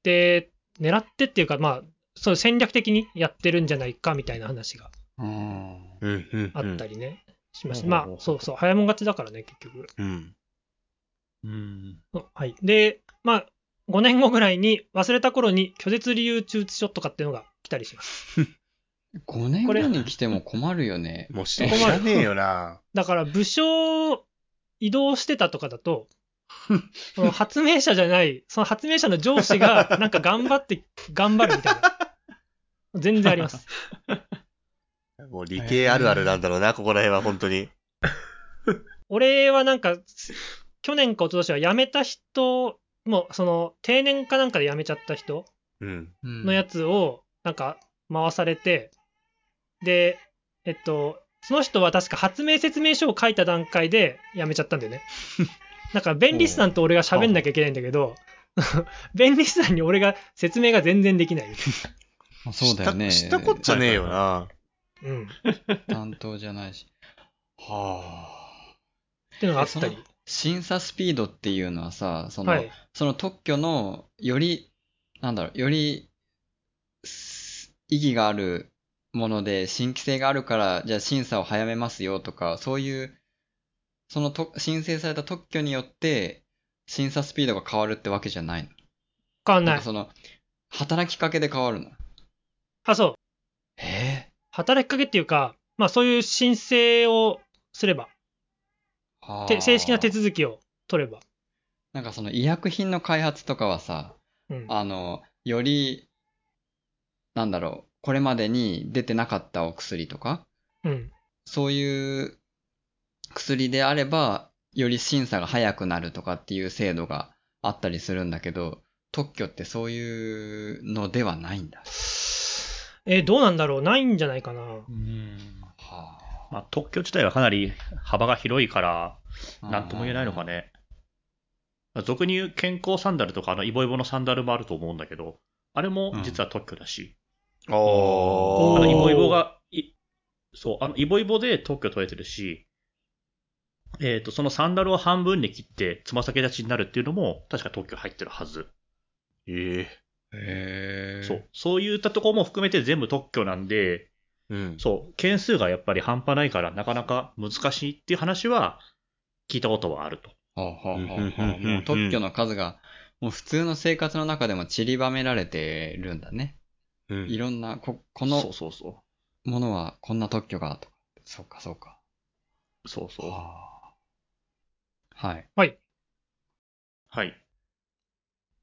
[SPEAKER 1] て、狙ってっていうか、まあ、そう戦略的にやってるんじゃないかみたいな話が
[SPEAKER 3] うん。
[SPEAKER 2] うん、うん。
[SPEAKER 1] あったりね、しました。
[SPEAKER 7] うん
[SPEAKER 1] まあ、そうそう、早いもん勝ちだからね、結局。
[SPEAKER 2] うん。
[SPEAKER 7] うん。
[SPEAKER 1] そうはい。で、まあ、5年後ぐらいに、忘れた頃に拒絶理由中止書とかっていうのが来たりします。
[SPEAKER 3] 5年後に来ても困るよね。
[SPEAKER 2] もう知らねえよな。
[SPEAKER 1] だから、武将移動してたとかだ
[SPEAKER 7] *laughs*
[SPEAKER 1] と、その発明者じゃない、その発明者の上司が、なんか頑張って、頑張るみ
[SPEAKER 7] *laughs*
[SPEAKER 1] たいな。全然あります。
[SPEAKER 2] もう理系あるあるなんだろうな、ここら辺は本当に。
[SPEAKER 1] 俺はなんか、去年か一昨年は辞めた人、もうその定年かなんかで辞めちゃった人
[SPEAKER 2] うん。
[SPEAKER 3] の
[SPEAKER 1] のやつをなんか回されて、で、えっと、その人は確か発明説明書を書いた段階で辞めちゃったんだよ
[SPEAKER 3] *laughs*
[SPEAKER 1] ね。なんか、弁理士さんと俺が喋んなきゃいけないんだけど、 *laughs* 弁理士さんに俺が説明が全然できないみたい
[SPEAKER 3] あそうだよね。
[SPEAKER 2] 知った知ったこっちゃねえよな。
[SPEAKER 1] な。うん。っ
[SPEAKER 3] 担当じゃないし。は
[SPEAKER 1] ていうの
[SPEAKER 3] あ。
[SPEAKER 1] があったり
[SPEAKER 3] その。審査スピードっていうのはさ、その、
[SPEAKER 1] はい。
[SPEAKER 3] その特許のより、なんだろう、よりす意義があるもので、新規性があるから、じゃあ審査を早めますよとか、そういう、そのと申請された特許によって、審査スピードが変わるってわけじゃないの。
[SPEAKER 1] 変わん
[SPEAKER 3] な
[SPEAKER 1] なんい
[SPEAKER 3] か。その、働きかけで変わるの。
[SPEAKER 1] あ、そう。
[SPEAKER 3] え
[SPEAKER 1] 働きかけっていうか、まあそういう申請をすれば、
[SPEAKER 3] ぇ、
[SPEAKER 1] て正式な手続きを取れば。
[SPEAKER 3] なんかその医薬品の開発とかはさ、
[SPEAKER 1] うん。
[SPEAKER 3] あの、より、なんだろう、これまでに出てなかったお薬とか、
[SPEAKER 1] うん。
[SPEAKER 3] そういう薬であれば、より審査が早くなるとかっていう制度があったりするんだけど、特許ってそういうのではないんだ。
[SPEAKER 1] えーどうなんだろうないんじゃないかな。
[SPEAKER 3] は
[SPEAKER 7] まあ、特許自体はかなり幅が広いから、
[SPEAKER 3] あ
[SPEAKER 7] なんとも言えないのか。ね。俗に言う健康サンダルとか、あの、イボイボのサンダルもあると思うんだけど、あれも実は特許だし、
[SPEAKER 2] お
[SPEAKER 7] あの、イ
[SPEAKER 1] お
[SPEAKER 7] ボ
[SPEAKER 1] ー
[SPEAKER 7] イボが、いそう、あの、イボイボで特許取れてるし、えっ、と、そのサンダルを半分に切って、つま先立ちになるっていうのも、確か特許入ってるはず。
[SPEAKER 2] え
[SPEAKER 3] へー
[SPEAKER 7] そう。。そういったところも含めて全部特許なんで、
[SPEAKER 2] え。うん。
[SPEAKER 7] そう、件数がやっぱり半端ないから、なかなか難しいっていう話は、聞いたことはあると。
[SPEAKER 3] はあはあはあはあ
[SPEAKER 2] うんうんうんうん
[SPEAKER 3] もう特許の数が、もう普通の生活の中でも散りばめられてるんだね。
[SPEAKER 2] うん
[SPEAKER 3] いろんな、こ、こ
[SPEAKER 7] そう
[SPEAKER 3] の
[SPEAKER 7] そうそ
[SPEAKER 3] ものはこんな特許が、とか。そうか、そうか。
[SPEAKER 7] う。そうそう。
[SPEAKER 3] はあはい。
[SPEAKER 7] はい。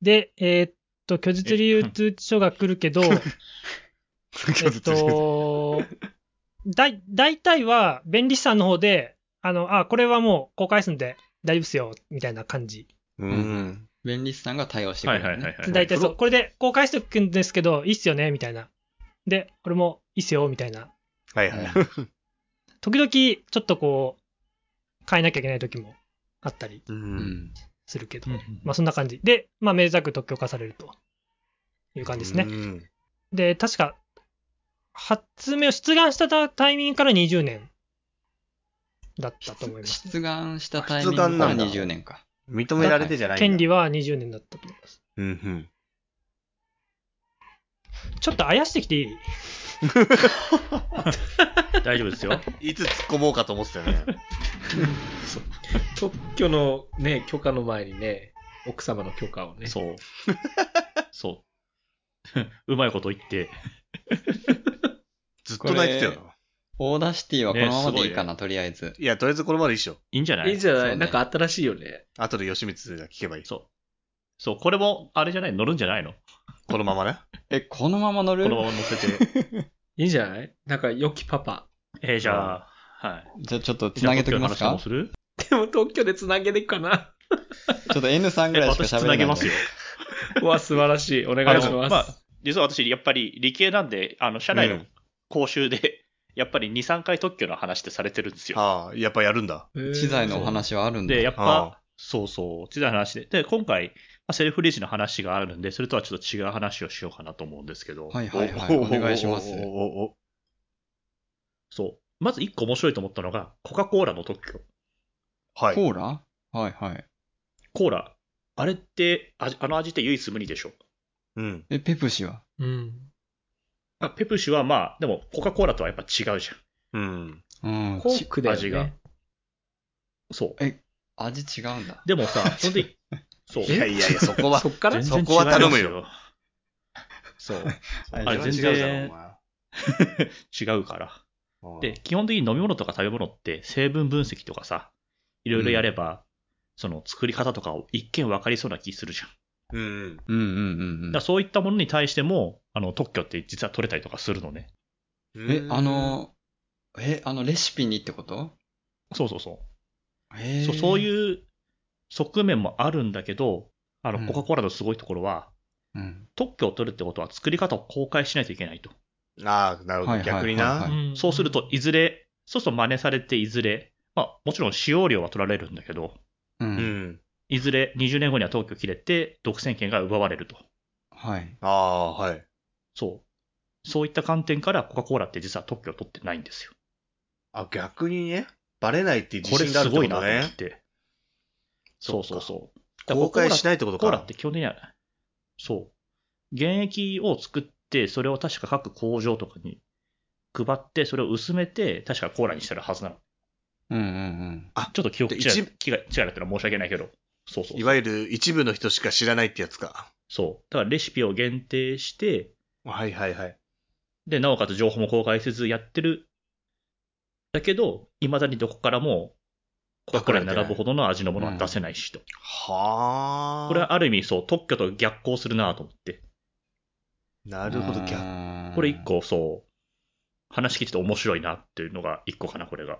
[SPEAKER 1] で、えーっと、虚実理由通知書が来るけど、えっと、だい、大体は、弁理士さんの方で、あの、あ、これはもう公開すんで大丈夫っすよ、みたいな感じ。
[SPEAKER 2] うん。
[SPEAKER 3] 弁理士さんが対応してく
[SPEAKER 7] は
[SPEAKER 3] れ
[SPEAKER 7] い
[SPEAKER 3] る、
[SPEAKER 7] は
[SPEAKER 3] ね。
[SPEAKER 7] いはいはい。
[SPEAKER 1] 大体そう、これで公開しておくんですけど、いいっすよね、みたいな。で、これもいいっすよ、みたいな。
[SPEAKER 2] はいはい。
[SPEAKER 1] 時々、ちょっとこう、変えなきゃいけない時もあったり
[SPEAKER 2] う。
[SPEAKER 3] うんん。
[SPEAKER 1] するけど、まあそんな感じ。で、まあ、名作特許化されると。いう感じですね。
[SPEAKER 2] うん
[SPEAKER 1] で、確か、発明を出願したタイミングから20年だったと思います。
[SPEAKER 3] 出願したタイミングから20年か。
[SPEAKER 2] 認められてじゃないんだ
[SPEAKER 1] 権利は20年だったと思います。
[SPEAKER 2] うんうん。
[SPEAKER 1] ちょっとあやしてきていい
[SPEAKER 7] 大丈夫ですよ。
[SPEAKER 2] いつ突っ込もうかと思ってたよね。
[SPEAKER 1] *laughs*
[SPEAKER 5] 特許のね、許可の前にね、奥様の許可をね。
[SPEAKER 7] そう。そう。う *laughs* まいこと言って。
[SPEAKER 2] ずっと泣いてたよな。
[SPEAKER 3] オーダーシティはこのままでいいかな、とりあえず。
[SPEAKER 2] いや、とりあえずこれまで一緒。
[SPEAKER 7] いいんじゃない
[SPEAKER 5] いいじゃない、
[SPEAKER 3] そうね
[SPEAKER 5] なんか新しいよね。
[SPEAKER 2] 後で吉光が聞けばいい。
[SPEAKER 7] そう。そう、これも、あれじゃない乗るんじゃないの
[SPEAKER 2] このままね。
[SPEAKER 3] え、このまま乗る
[SPEAKER 7] このまま乗せて。
[SPEAKER 5] いいんじゃないなんか良きパパ。
[SPEAKER 7] えー、じゃあ、はい。
[SPEAKER 3] じゃあちょっとつなげときます
[SPEAKER 7] じゃあ
[SPEAKER 3] か
[SPEAKER 7] 僕らの話もする
[SPEAKER 5] でも特許でつなげていくかな。
[SPEAKER 3] ちょっと N さんぐ
[SPEAKER 7] え
[SPEAKER 3] らいしか
[SPEAKER 7] 私
[SPEAKER 3] 喋れ
[SPEAKER 7] つ
[SPEAKER 3] な。
[SPEAKER 7] ないげますよ。。
[SPEAKER 5] うわ、素晴らしい。お願いし
[SPEAKER 7] あの
[SPEAKER 5] ます。
[SPEAKER 7] まあ実は私、やっぱり理系なんで、あの、社内の講習で、やっぱり2、3回特許の話ってされてるんですよ。
[SPEAKER 2] ああ、やっぱやるんだ。
[SPEAKER 5] へー
[SPEAKER 3] 知財のお話はあるん
[SPEAKER 7] で、
[SPEAKER 3] で。
[SPEAKER 7] やっ
[SPEAKER 2] あ
[SPEAKER 7] ぱ、そうそう、知財の話で。で、今回、まあセルフリージの話があるんで、それとはちょっと違う話をしようかなと思うんですけど、
[SPEAKER 3] はいはいはい。お願いします。
[SPEAKER 2] おおお
[SPEAKER 7] そう。まず1個面白いと思ったのが、コカ・コーラの特許。
[SPEAKER 2] はい。
[SPEAKER 3] コーラはいはい。
[SPEAKER 7] コーラ、あれって、ああの味って唯一無二でしょ。
[SPEAKER 2] うん。
[SPEAKER 3] え、ペプシは
[SPEAKER 5] うん。
[SPEAKER 7] あペプシはまあ、でも、コカ・コーラとはやっぱ違うじゃん。
[SPEAKER 2] うん。
[SPEAKER 3] うん
[SPEAKER 5] コ。ークだよね。
[SPEAKER 7] 味がそう。
[SPEAKER 3] 味違うんだ。
[SPEAKER 7] でもさ、ほんで、 *laughs* そう。
[SPEAKER 2] いやいやいや、そこは
[SPEAKER 5] そ、っから
[SPEAKER 2] そこは頼む
[SPEAKER 7] 違い
[SPEAKER 2] よ
[SPEAKER 7] ますよ。そう。
[SPEAKER 2] あ
[SPEAKER 7] あ
[SPEAKER 2] れ
[SPEAKER 7] れ
[SPEAKER 2] 全
[SPEAKER 7] 全
[SPEAKER 2] 然違う
[SPEAKER 7] 然
[SPEAKER 2] だろ
[SPEAKER 7] 違うから。
[SPEAKER 2] お前。
[SPEAKER 7] で、基本的に飲み物とか食べ物って成分分析とかさ、いろいろやれば、その作り方とかを一見分かりそうな気するじゃん。だ
[SPEAKER 2] うんうん。
[SPEAKER 3] うんうんうんうん
[SPEAKER 7] から。そういったものに対しても、あの、特許って実は取れたりとかするのね。
[SPEAKER 3] え、あ、の、え、あのレシピにってこと
[SPEAKER 7] そうそうそう。
[SPEAKER 3] へ
[SPEAKER 7] そうそう
[SPEAKER 3] う。
[SPEAKER 7] いう側面もあるんだけど、あ
[SPEAKER 3] うん
[SPEAKER 7] の、コカ・コーラのすごいところは、
[SPEAKER 3] うん。
[SPEAKER 7] 特許を取るってことは作り方を公開しないといけないと。
[SPEAKER 2] ああ、なるほ
[SPEAKER 3] はい
[SPEAKER 2] ど。
[SPEAKER 3] はいはい
[SPEAKER 2] 逆に
[SPEAKER 3] は
[SPEAKER 2] な。
[SPEAKER 3] い
[SPEAKER 5] ん
[SPEAKER 7] そうすると、、いずれ、そうすると真似されていずれ、まあ、もちろん使用料は取られるんだけど、
[SPEAKER 3] う。
[SPEAKER 2] うんん。
[SPEAKER 7] いずれ20年後には特許切れて、独占権が奪われると。
[SPEAKER 3] はい。
[SPEAKER 2] ああ、はい。
[SPEAKER 7] そう。そういった観点から、コカ・コーラって実は特許を取ってないんですよ。
[SPEAKER 2] あ、逆にね、バレないっていう
[SPEAKER 7] こ
[SPEAKER 2] 自
[SPEAKER 7] れ
[SPEAKER 2] 信があるっ
[SPEAKER 7] す
[SPEAKER 2] て
[SPEAKER 7] ご
[SPEAKER 2] こ
[SPEAKER 7] いな
[SPEAKER 2] と
[SPEAKER 7] と思っ
[SPEAKER 2] ね。
[SPEAKER 7] て。
[SPEAKER 2] そ
[SPEAKER 7] そうう
[SPEAKER 2] か
[SPEAKER 7] そうそう。
[SPEAKER 2] 公開しないってこと
[SPEAKER 7] コ
[SPEAKER 2] か。
[SPEAKER 7] カ・コーラって基本的には、そう。原液を作って、それを確か各工場とかに配って、それを薄めて、確かコーラにしてるはずなの。
[SPEAKER 3] うんうんうん。
[SPEAKER 7] ちょっと記憶違
[SPEAKER 2] で
[SPEAKER 7] い、
[SPEAKER 2] 一部
[SPEAKER 7] 違い、違いだったら申し訳ないけど。そうそうそう
[SPEAKER 2] いわゆる一部の人しか知らないってやつか。
[SPEAKER 7] そう。だからレシピを限定して、
[SPEAKER 2] はいはいはい。
[SPEAKER 7] で、なおかつ情報も公開せずやってる。だけど、未だにどこからも、コカ・コーラに並ぶほどの味のものは出せないしと。
[SPEAKER 2] はあ。
[SPEAKER 7] これはある意味、そう、特許と逆行するなと思って。
[SPEAKER 2] なるほど、逆。
[SPEAKER 3] 逆
[SPEAKER 7] これ一。個、そう、話聞いてて面白いなっていうのが一個かな、これが。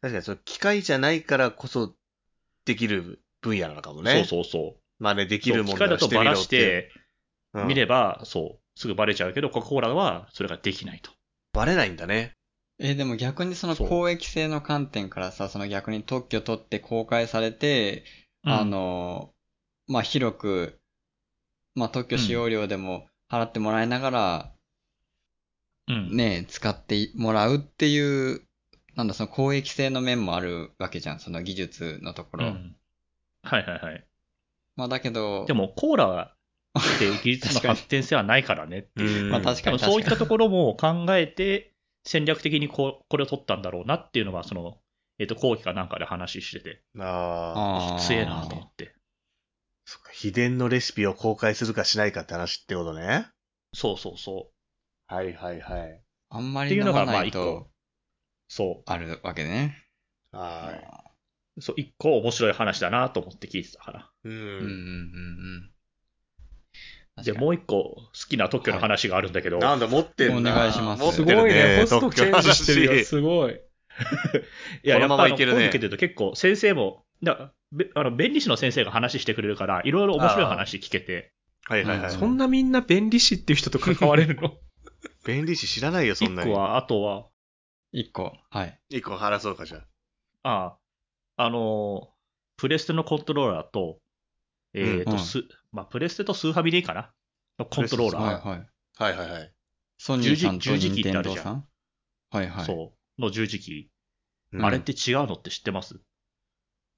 [SPEAKER 2] 確かに、その機械じゃないからこそできる分野なのかもね。う。
[SPEAKER 7] そうそうそう。
[SPEAKER 2] まねでき
[SPEAKER 7] そ
[SPEAKER 2] る
[SPEAKER 7] う
[SPEAKER 2] も
[SPEAKER 7] 機
[SPEAKER 2] ん
[SPEAKER 7] 械
[SPEAKER 2] な
[SPEAKER 7] だ
[SPEAKER 2] ら
[SPEAKER 7] と
[SPEAKER 2] して
[SPEAKER 7] バ
[SPEAKER 2] みろ
[SPEAKER 7] ラ
[SPEAKER 2] っ。
[SPEAKER 7] してて
[SPEAKER 2] うん
[SPEAKER 7] 見れば、そう、すぐバレちゃうけど、コカ・コーラはそれができないと。
[SPEAKER 2] バレないんだね。
[SPEAKER 3] え、でも逆にその
[SPEAKER 7] そう
[SPEAKER 3] 公益性の観点からさ、その逆に特許取って公開されて、あの、まあ、広く、まあ、特許使用料でも払ってもらいながら、
[SPEAKER 7] うん、
[SPEAKER 3] ね、使ってもらうっていう、なんだ、その公益性の面もあるわけじゃん、その技術のとこ
[SPEAKER 7] う
[SPEAKER 3] ろ。
[SPEAKER 7] ん。はいはいはい。
[SPEAKER 3] まあ、だけど、
[SPEAKER 7] でも、コーラはっていう技術
[SPEAKER 3] 確
[SPEAKER 7] の
[SPEAKER 3] かに
[SPEAKER 7] 発展性はないからねっていう。
[SPEAKER 3] まあ、確か
[SPEAKER 7] 多
[SPEAKER 3] に
[SPEAKER 7] 分
[SPEAKER 3] 確かに。
[SPEAKER 7] そういったところも考えて、戦略的にこうこれを取ったんだろうなっていうのは、その、えっ、と、後期かなんかで話してて、
[SPEAKER 2] ああ。
[SPEAKER 3] あー
[SPEAKER 7] 強えなと思って。
[SPEAKER 2] そっか秘伝のレシピを公開するかしないかって話ってことね。
[SPEAKER 7] そうそうそう。
[SPEAKER 2] はいはいはい。
[SPEAKER 3] あんま
[SPEAKER 7] っ
[SPEAKER 3] り
[SPEAKER 7] ていう
[SPEAKER 3] 飲
[SPEAKER 7] の
[SPEAKER 3] ま
[SPEAKER 7] が、ま
[SPEAKER 3] な
[SPEAKER 7] あ、
[SPEAKER 3] い
[SPEAKER 7] 一
[SPEAKER 3] と
[SPEAKER 7] 個、そ
[SPEAKER 3] あるわけね。
[SPEAKER 2] は
[SPEAKER 7] う。そう、一個面白い話だなと思って聞いてたから。
[SPEAKER 2] い。う
[SPEAKER 3] うんうんうん
[SPEAKER 2] ん。
[SPEAKER 3] うん。
[SPEAKER 7] で、もう一個、好きな特許の話があるんだけど、
[SPEAKER 2] なんだ、持ってん
[SPEAKER 3] お
[SPEAKER 2] な。
[SPEAKER 3] 願いします
[SPEAKER 2] 持っ
[SPEAKER 5] す
[SPEAKER 2] て
[SPEAKER 5] ごい
[SPEAKER 2] る
[SPEAKER 5] ね。
[SPEAKER 2] ね
[SPEAKER 5] ホ。ストチェンジしてるよ。
[SPEAKER 2] 特
[SPEAKER 5] すごい。
[SPEAKER 7] いや、
[SPEAKER 2] この
[SPEAKER 7] やっ
[SPEAKER 2] ま
[SPEAKER 7] ぱ
[SPEAKER 2] ま
[SPEAKER 7] あ
[SPEAKER 2] い
[SPEAKER 7] の、
[SPEAKER 2] けるね
[SPEAKER 7] 講義受けてると結構、先生も、だべあの、弁理士の先生が話してくれるから、いろいろ面白い話聞けて、
[SPEAKER 2] 許ねはいはいはい。
[SPEAKER 5] そんなみんな便利士っていう人と関われるの
[SPEAKER 2] 便利士知らないよ、そ
[SPEAKER 7] 一
[SPEAKER 2] んな
[SPEAKER 7] 個
[SPEAKER 2] に。
[SPEAKER 7] は、あとは、
[SPEAKER 3] 一個。はい。
[SPEAKER 2] 一個話そうか、じゃあ。
[SPEAKER 7] ああ、あのープレステのコントローラーと、えっ、と、
[SPEAKER 3] うん
[SPEAKER 7] す、まあ、プレステとスーファミでいいかなコントローラー。
[SPEAKER 3] はいはい。
[SPEAKER 2] はいはいはい。
[SPEAKER 3] ソニーさんと
[SPEAKER 7] 十字十字キ
[SPEAKER 3] 任
[SPEAKER 7] ーって
[SPEAKER 3] 天
[SPEAKER 7] ある
[SPEAKER 3] 堂
[SPEAKER 7] じゃん
[SPEAKER 3] さんはいはい。
[SPEAKER 7] そう。の十字キー、
[SPEAKER 2] うん
[SPEAKER 7] あれって違うのって知ってます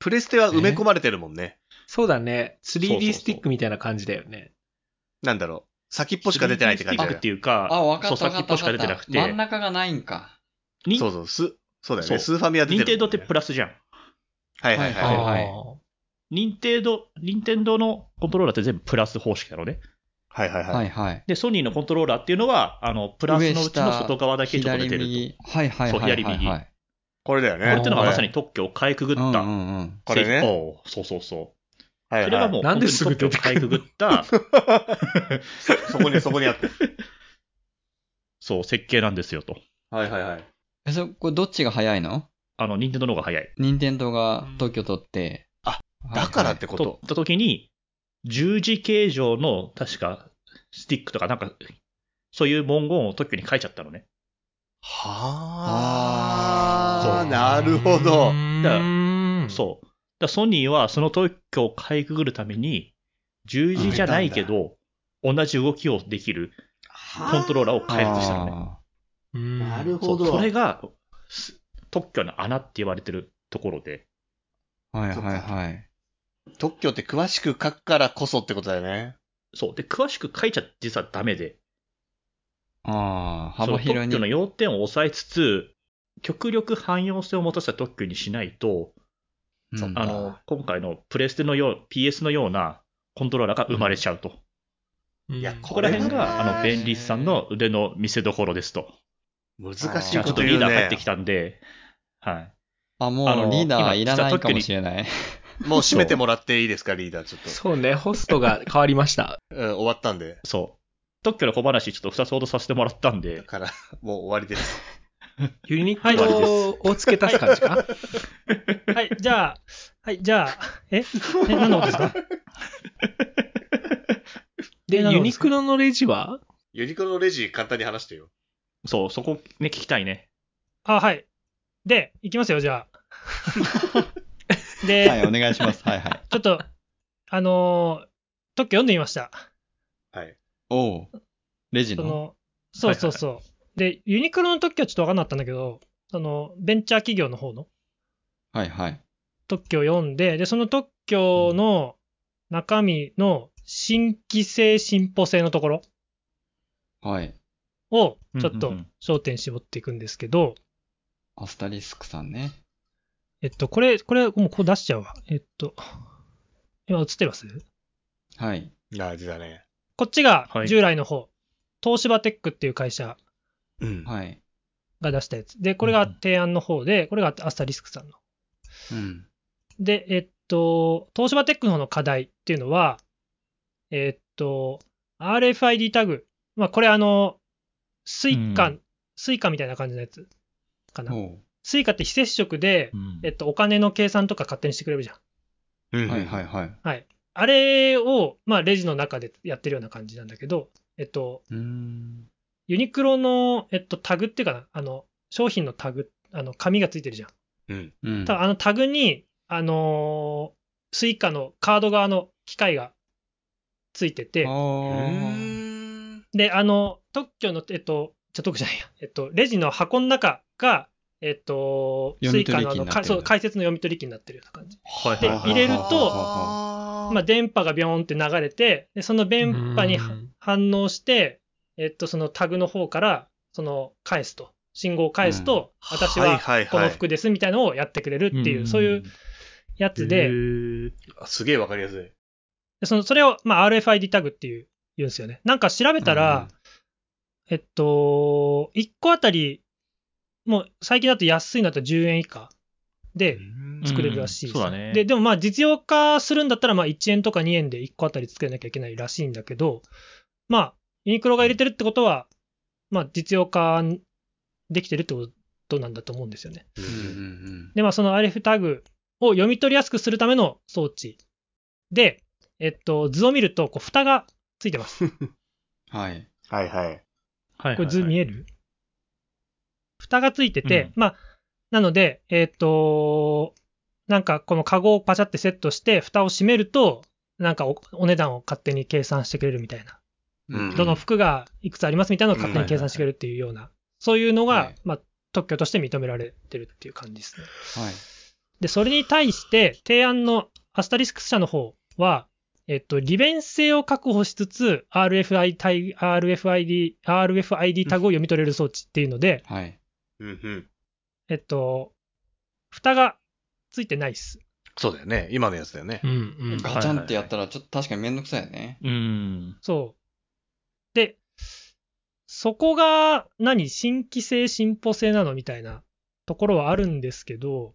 [SPEAKER 2] プレステは埋め込まれてるもんね。
[SPEAKER 5] *laughs* そうだね。
[SPEAKER 7] そうそう
[SPEAKER 5] 3D スティックみたいな感じだよね。
[SPEAKER 2] なんだろう。先っぽしか出てないって感じだ
[SPEAKER 7] スティ
[SPEAKER 2] よ
[SPEAKER 7] ックっ。ていうか、
[SPEAKER 3] あ、わか
[SPEAKER 7] そ
[SPEAKER 3] っ
[SPEAKER 7] う
[SPEAKER 3] たわ
[SPEAKER 7] 先
[SPEAKER 3] か
[SPEAKER 7] っ
[SPEAKER 3] った
[SPEAKER 7] ぽ
[SPEAKER 3] わ
[SPEAKER 7] しか
[SPEAKER 3] かっ
[SPEAKER 7] 出てな
[SPEAKER 3] た
[SPEAKER 7] く。て、
[SPEAKER 3] 真ん中がないんか。
[SPEAKER 7] に
[SPEAKER 2] そうそう、ス、そうだよ
[SPEAKER 7] そう
[SPEAKER 2] ね。スーファミは出て
[SPEAKER 7] 任
[SPEAKER 2] る、
[SPEAKER 7] 天堂ってプ
[SPEAKER 2] ラ
[SPEAKER 7] ラスじゃん。
[SPEAKER 2] はいはい
[SPEAKER 3] は
[SPEAKER 2] はいい。
[SPEAKER 5] あー
[SPEAKER 7] 任天堂、任天堂のコントローラーって全部プラス方式なのね。
[SPEAKER 2] はいはい
[SPEAKER 3] は
[SPEAKER 2] はい
[SPEAKER 3] いはい。
[SPEAKER 7] で、ソニーのコントローラーっていうのは、あの、プ
[SPEAKER 3] プ
[SPEAKER 7] ラスのうちの外側だけちょっと出てると。
[SPEAKER 3] はいはい
[SPEAKER 7] そう
[SPEAKER 3] はいはい
[SPEAKER 7] 左
[SPEAKER 3] はい
[SPEAKER 7] 右
[SPEAKER 3] はい。
[SPEAKER 2] これだよね。
[SPEAKER 7] これってのが
[SPEAKER 3] はい
[SPEAKER 7] まさに特許をかいくぐっ
[SPEAKER 3] うんう
[SPEAKER 7] た。
[SPEAKER 3] んうん。
[SPEAKER 2] これね
[SPEAKER 7] 製品おうそうそうそう。
[SPEAKER 2] はいはい
[SPEAKER 7] それがもう、
[SPEAKER 5] なんですぐ
[SPEAKER 7] 本当に特許をかいくぐった、
[SPEAKER 2] そこに、 *laughs* そこにあって。
[SPEAKER 7] そう、設計なんですよと。
[SPEAKER 2] はいはいはい。
[SPEAKER 3] え、そこれどっちが早いの
[SPEAKER 7] あの、任天堂の方が早い。
[SPEAKER 3] 任天堂が特許取って。
[SPEAKER 2] あ、
[SPEAKER 3] はい
[SPEAKER 2] だからってこ
[SPEAKER 7] 取っ
[SPEAKER 2] と。
[SPEAKER 7] た時に、十字形状の、確か、スティックとかなんか、そういう文言を特許に書いちゃったのね。
[SPEAKER 2] は
[SPEAKER 3] あ
[SPEAKER 2] あ、
[SPEAKER 3] ー
[SPEAKER 2] なるほど。
[SPEAKER 7] だから
[SPEAKER 1] ん。
[SPEAKER 7] そう。だからソニーはその特許をかいくぐるために、十字じゃないけど、同じ動きをできるコントローラーを開発したのね。
[SPEAKER 3] あ
[SPEAKER 1] うん。
[SPEAKER 2] なる
[SPEAKER 7] そ
[SPEAKER 2] ほ
[SPEAKER 7] う
[SPEAKER 2] ど。
[SPEAKER 7] それがす特許の穴って言われてるところで、
[SPEAKER 3] ーはいはいはい。
[SPEAKER 2] 特許って詳しく書くからこそってことだよね。
[SPEAKER 7] そう。で、詳しく書いちゃ実はダメで、
[SPEAKER 3] ああ、
[SPEAKER 7] そ
[SPEAKER 3] 幅
[SPEAKER 7] の特
[SPEAKER 3] 広
[SPEAKER 7] 許の
[SPEAKER 3] に。
[SPEAKER 7] 要点を抑えつつ、極力汎用性を持たせた特許にしないと、
[SPEAKER 3] うん
[SPEAKER 7] あの、今回のプレステのよう、PS のようなコントローラーが生まれちゃうと。
[SPEAKER 1] うん。
[SPEAKER 2] いや
[SPEAKER 7] ここら辺が、あの、便利さんの腕の見せ所ですと。
[SPEAKER 2] 難し
[SPEAKER 7] じ
[SPEAKER 2] い
[SPEAKER 7] ゃあちょ
[SPEAKER 2] こ
[SPEAKER 7] っと
[SPEAKER 2] と
[SPEAKER 7] リ
[SPEAKER 2] 言
[SPEAKER 7] ー
[SPEAKER 2] う
[SPEAKER 7] ダー帰っ
[SPEAKER 2] ね
[SPEAKER 7] てき。たんで、はい。
[SPEAKER 3] あ、も
[SPEAKER 7] あの
[SPEAKER 3] うリーダ
[SPEAKER 7] 今
[SPEAKER 3] ーいらないかもしれない。
[SPEAKER 2] もう締めてもらっていいですか、リーダー。ちょっと。
[SPEAKER 5] そうね。ホストが変わりました。
[SPEAKER 2] うん、終わったんで。
[SPEAKER 7] そう。特許の小話ちょっと2つほどさせてもらったん
[SPEAKER 2] だ
[SPEAKER 7] で、
[SPEAKER 2] から、もう終わりです。
[SPEAKER 5] *laughs* ユニ
[SPEAKER 1] はい
[SPEAKER 5] ットを付け足す感じかな。
[SPEAKER 1] はい、じゃあ、はい、じゃあ、ええ、何のことですか
[SPEAKER 5] で、
[SPEAKER 1] え何
[SPEAKER 5] ユ
[SPEAKER 1] のこと
[SPEAKER 5] ニ
[SPEAKER 1] ですか
[SPEAKER 5] クロのレジは
[SPEAKER 2] ユニクロのレジ簡単に話してよ。
[SPEAKER 7] そう、そこね、聞きたいね。
[SPEAKER 1] あ、はい。で、いきますよ、じゃあ。で、
[SPEAKER 3] はい、お願いします。はい
[SPEAKER 7] *laughs*
[SPEAKER 3] はい。
[SPEAKER 1] ちょっと、あのー特許読んでみました。
[SPEAKER 3] おう。レジ
[SPEAKER 1] そ
[SPEAKER 3] の。
[SPEAKER 1] の、そうそうそう。で、ユニクロの特許はちょっとわかんなかったんだけど、その、ベンチャー企業の方の
[SPEAKER 3] はいはい。
[SPEAKER 1] 特許を読んで、で、その特許の中身の新規性、進歩性のところ
[SPEAKER 3] はい。
[SPEAKER 1] を、ちょっ
[SPEAKER 7] う
[SPEAKER 1] と
[SPEAKER 7] んうん
[SPEAKER 1] 焦点絞っていくんですけど、
[SPEAKER 3] アスタリスクさんね。
[SPEAKER 1] えっと、これ、これ、もうこう出しちゃうわ。えっと、今映ってます
[SPEAKER 3] はい。
[SPEAKER 2] あ、出だね。
[SPEAKER 1] こっちが
[SPEAKER 7] はい
[SPEAKER 1] 従来の方、東芝テックっていう会社
[SPEAKER 2] うん。
[SPEAKER 3] はい。
[SPEAKER 1] が出したやつ。で、これが提案の方で、これがアスタリスクさんの。
[SPEAKER 3] うん。
[SPEAKER 1] で、えっと、東芝テックの方の課題っていうのは、えっと、RFID タグ。まあ、これあの、スイカ、
[SPEAKER 7] うん
[SPEAKER 1] スイカみたいな感じのやつかな。
[SPEAKER 3] おう。
[SPEAKER 1] スイカって非接触で、えっと、お金の計算とか勝手にしてくれるじゃん。
[SPEAKER 2] うん
[SPEAKER 3] はいはいはい。
[SPEAKER 1] あれを、まあ、レジの中でやってるような感じなんだけど、えっと、
[SPEAKER 3] うーん。
[SPEAKER 1] ユニクロの、えっと、タグっていうかな、あの、商品のタグ、あの、紙がついてるじゃん。
[SPEAKER 3] うん。
[SPEAKER 1] ただ、あのタグに、あのースイカのカード側の機械がついてて、
[SPEAKER 2] う
[SPEAKER 3] あ
[SPEAKER 2] ーん。
[SPEAKER 1] で、あの、特許の、えっと、じゃ特許じゃないや、えっと、レジの箱の中が、えっと、スイ
[SPEAKER 3] 読み取
[SPEAKER 1] カ
[SPEAKER 3] り
[SPEAKER 1] の
[SPEAKER 3] 機
[SPEAKER 1] あの
[SPEAKER 3] になってるんだ
[SPEAKER 1] かそう解説の読み取り機になってるような感じ。
[SPEAKER 7] はい
[SPEAKER 1] で、
[SPEAKER 7] はいはい
[SPEAKER 1] 入れると、
[SPEAKER 2] あ
[SPEAKER 1] まあ、電波がビョーンって流れて、でその電波に
[SPEAKER 5] うん
[SPEAKER 1] 反応して、えっと、そのタグの方から、その、返すと。信号を返すと、
[SPEAKER 2] うん
[SPEAKER 1] 私
[SPEAKER 2] はい
[SPEAKER 1] は
[SPEAKER 2] はいはい
[SPEAKER 1] この服ですみたいなのをやってくれるっていう、そういうやつで、
[SPEAKER 2] あすげえわかりやすい。
[SPEAKER 1] でそのそれを、まあ、RFID タグっていう言うんですよね。なんか調べたら、えっと、1個あたり、もう最近だと安いのだと10円以下で作れるらしいです、
[SPEAKER 7] うんそうだね
[SPEAKER 1] で、でもまあ実用化するんだったら、まあ1円とか2円で1個あたり作らなきゃいけないらしいんだけど、まあ、ユニクロが入れてるってことは、まあ実用化できてるってことなんだと思うんですよね。
[SPEAKER 3] うんうん
[SPEAKER 1] で、まあ、その RF タグを読み取りやすくするための装置。で、えっと、図を見ると、こう、蓋がついてます。こ
[SPEAKER 3] うん。はい。
[SPEAKER 2] はいはい。
[SPEAKER 7] はいはいはい
[SPEAKER 1] れ図見える、蓋がついてて、まあ、なので、えっと、なんかこのカゴをパチャってセットして、蓋を閉めると、なんかおお値段を勝手に計算してくれるみたいな
[SPEAKER 2] うん
[SPEAKER 1] どの服がいくつありますみたいなのを勝手に計算してくれるっていうような、そういうの
[SPEAKER 3] は
[SPEAKER 1] が
[SPEAKER 3] い、
[SPEAKER 1] まあ、特許として認められてるっていう感じですね。
[SPEAKER 3] はい。
[SPEAKER 1] で、それに対して、提案のアスタリスク社の方は、えっと、利便性を確保しつつ、RFID タイ、RFID、RFID タグを読み取れる装置っていうので、
[SPEAKER 3] はい。
[SPEAKER 2] うんうん。
[SPEAKER 1] えっと、蓋がついてないっす。
[SPEAKER 2] そうだよね。今のやつだよね
[SPEAKER 5] う。んうん。
[SPEAKER 3] ガチャンってやったら、ちょっと確かにめんどくさいよね。
[SPEAKER 7] うん。
[SPEAKER 1] そう。で、そこが何、新規性、進歩性なのみたいなところはあるんですけど、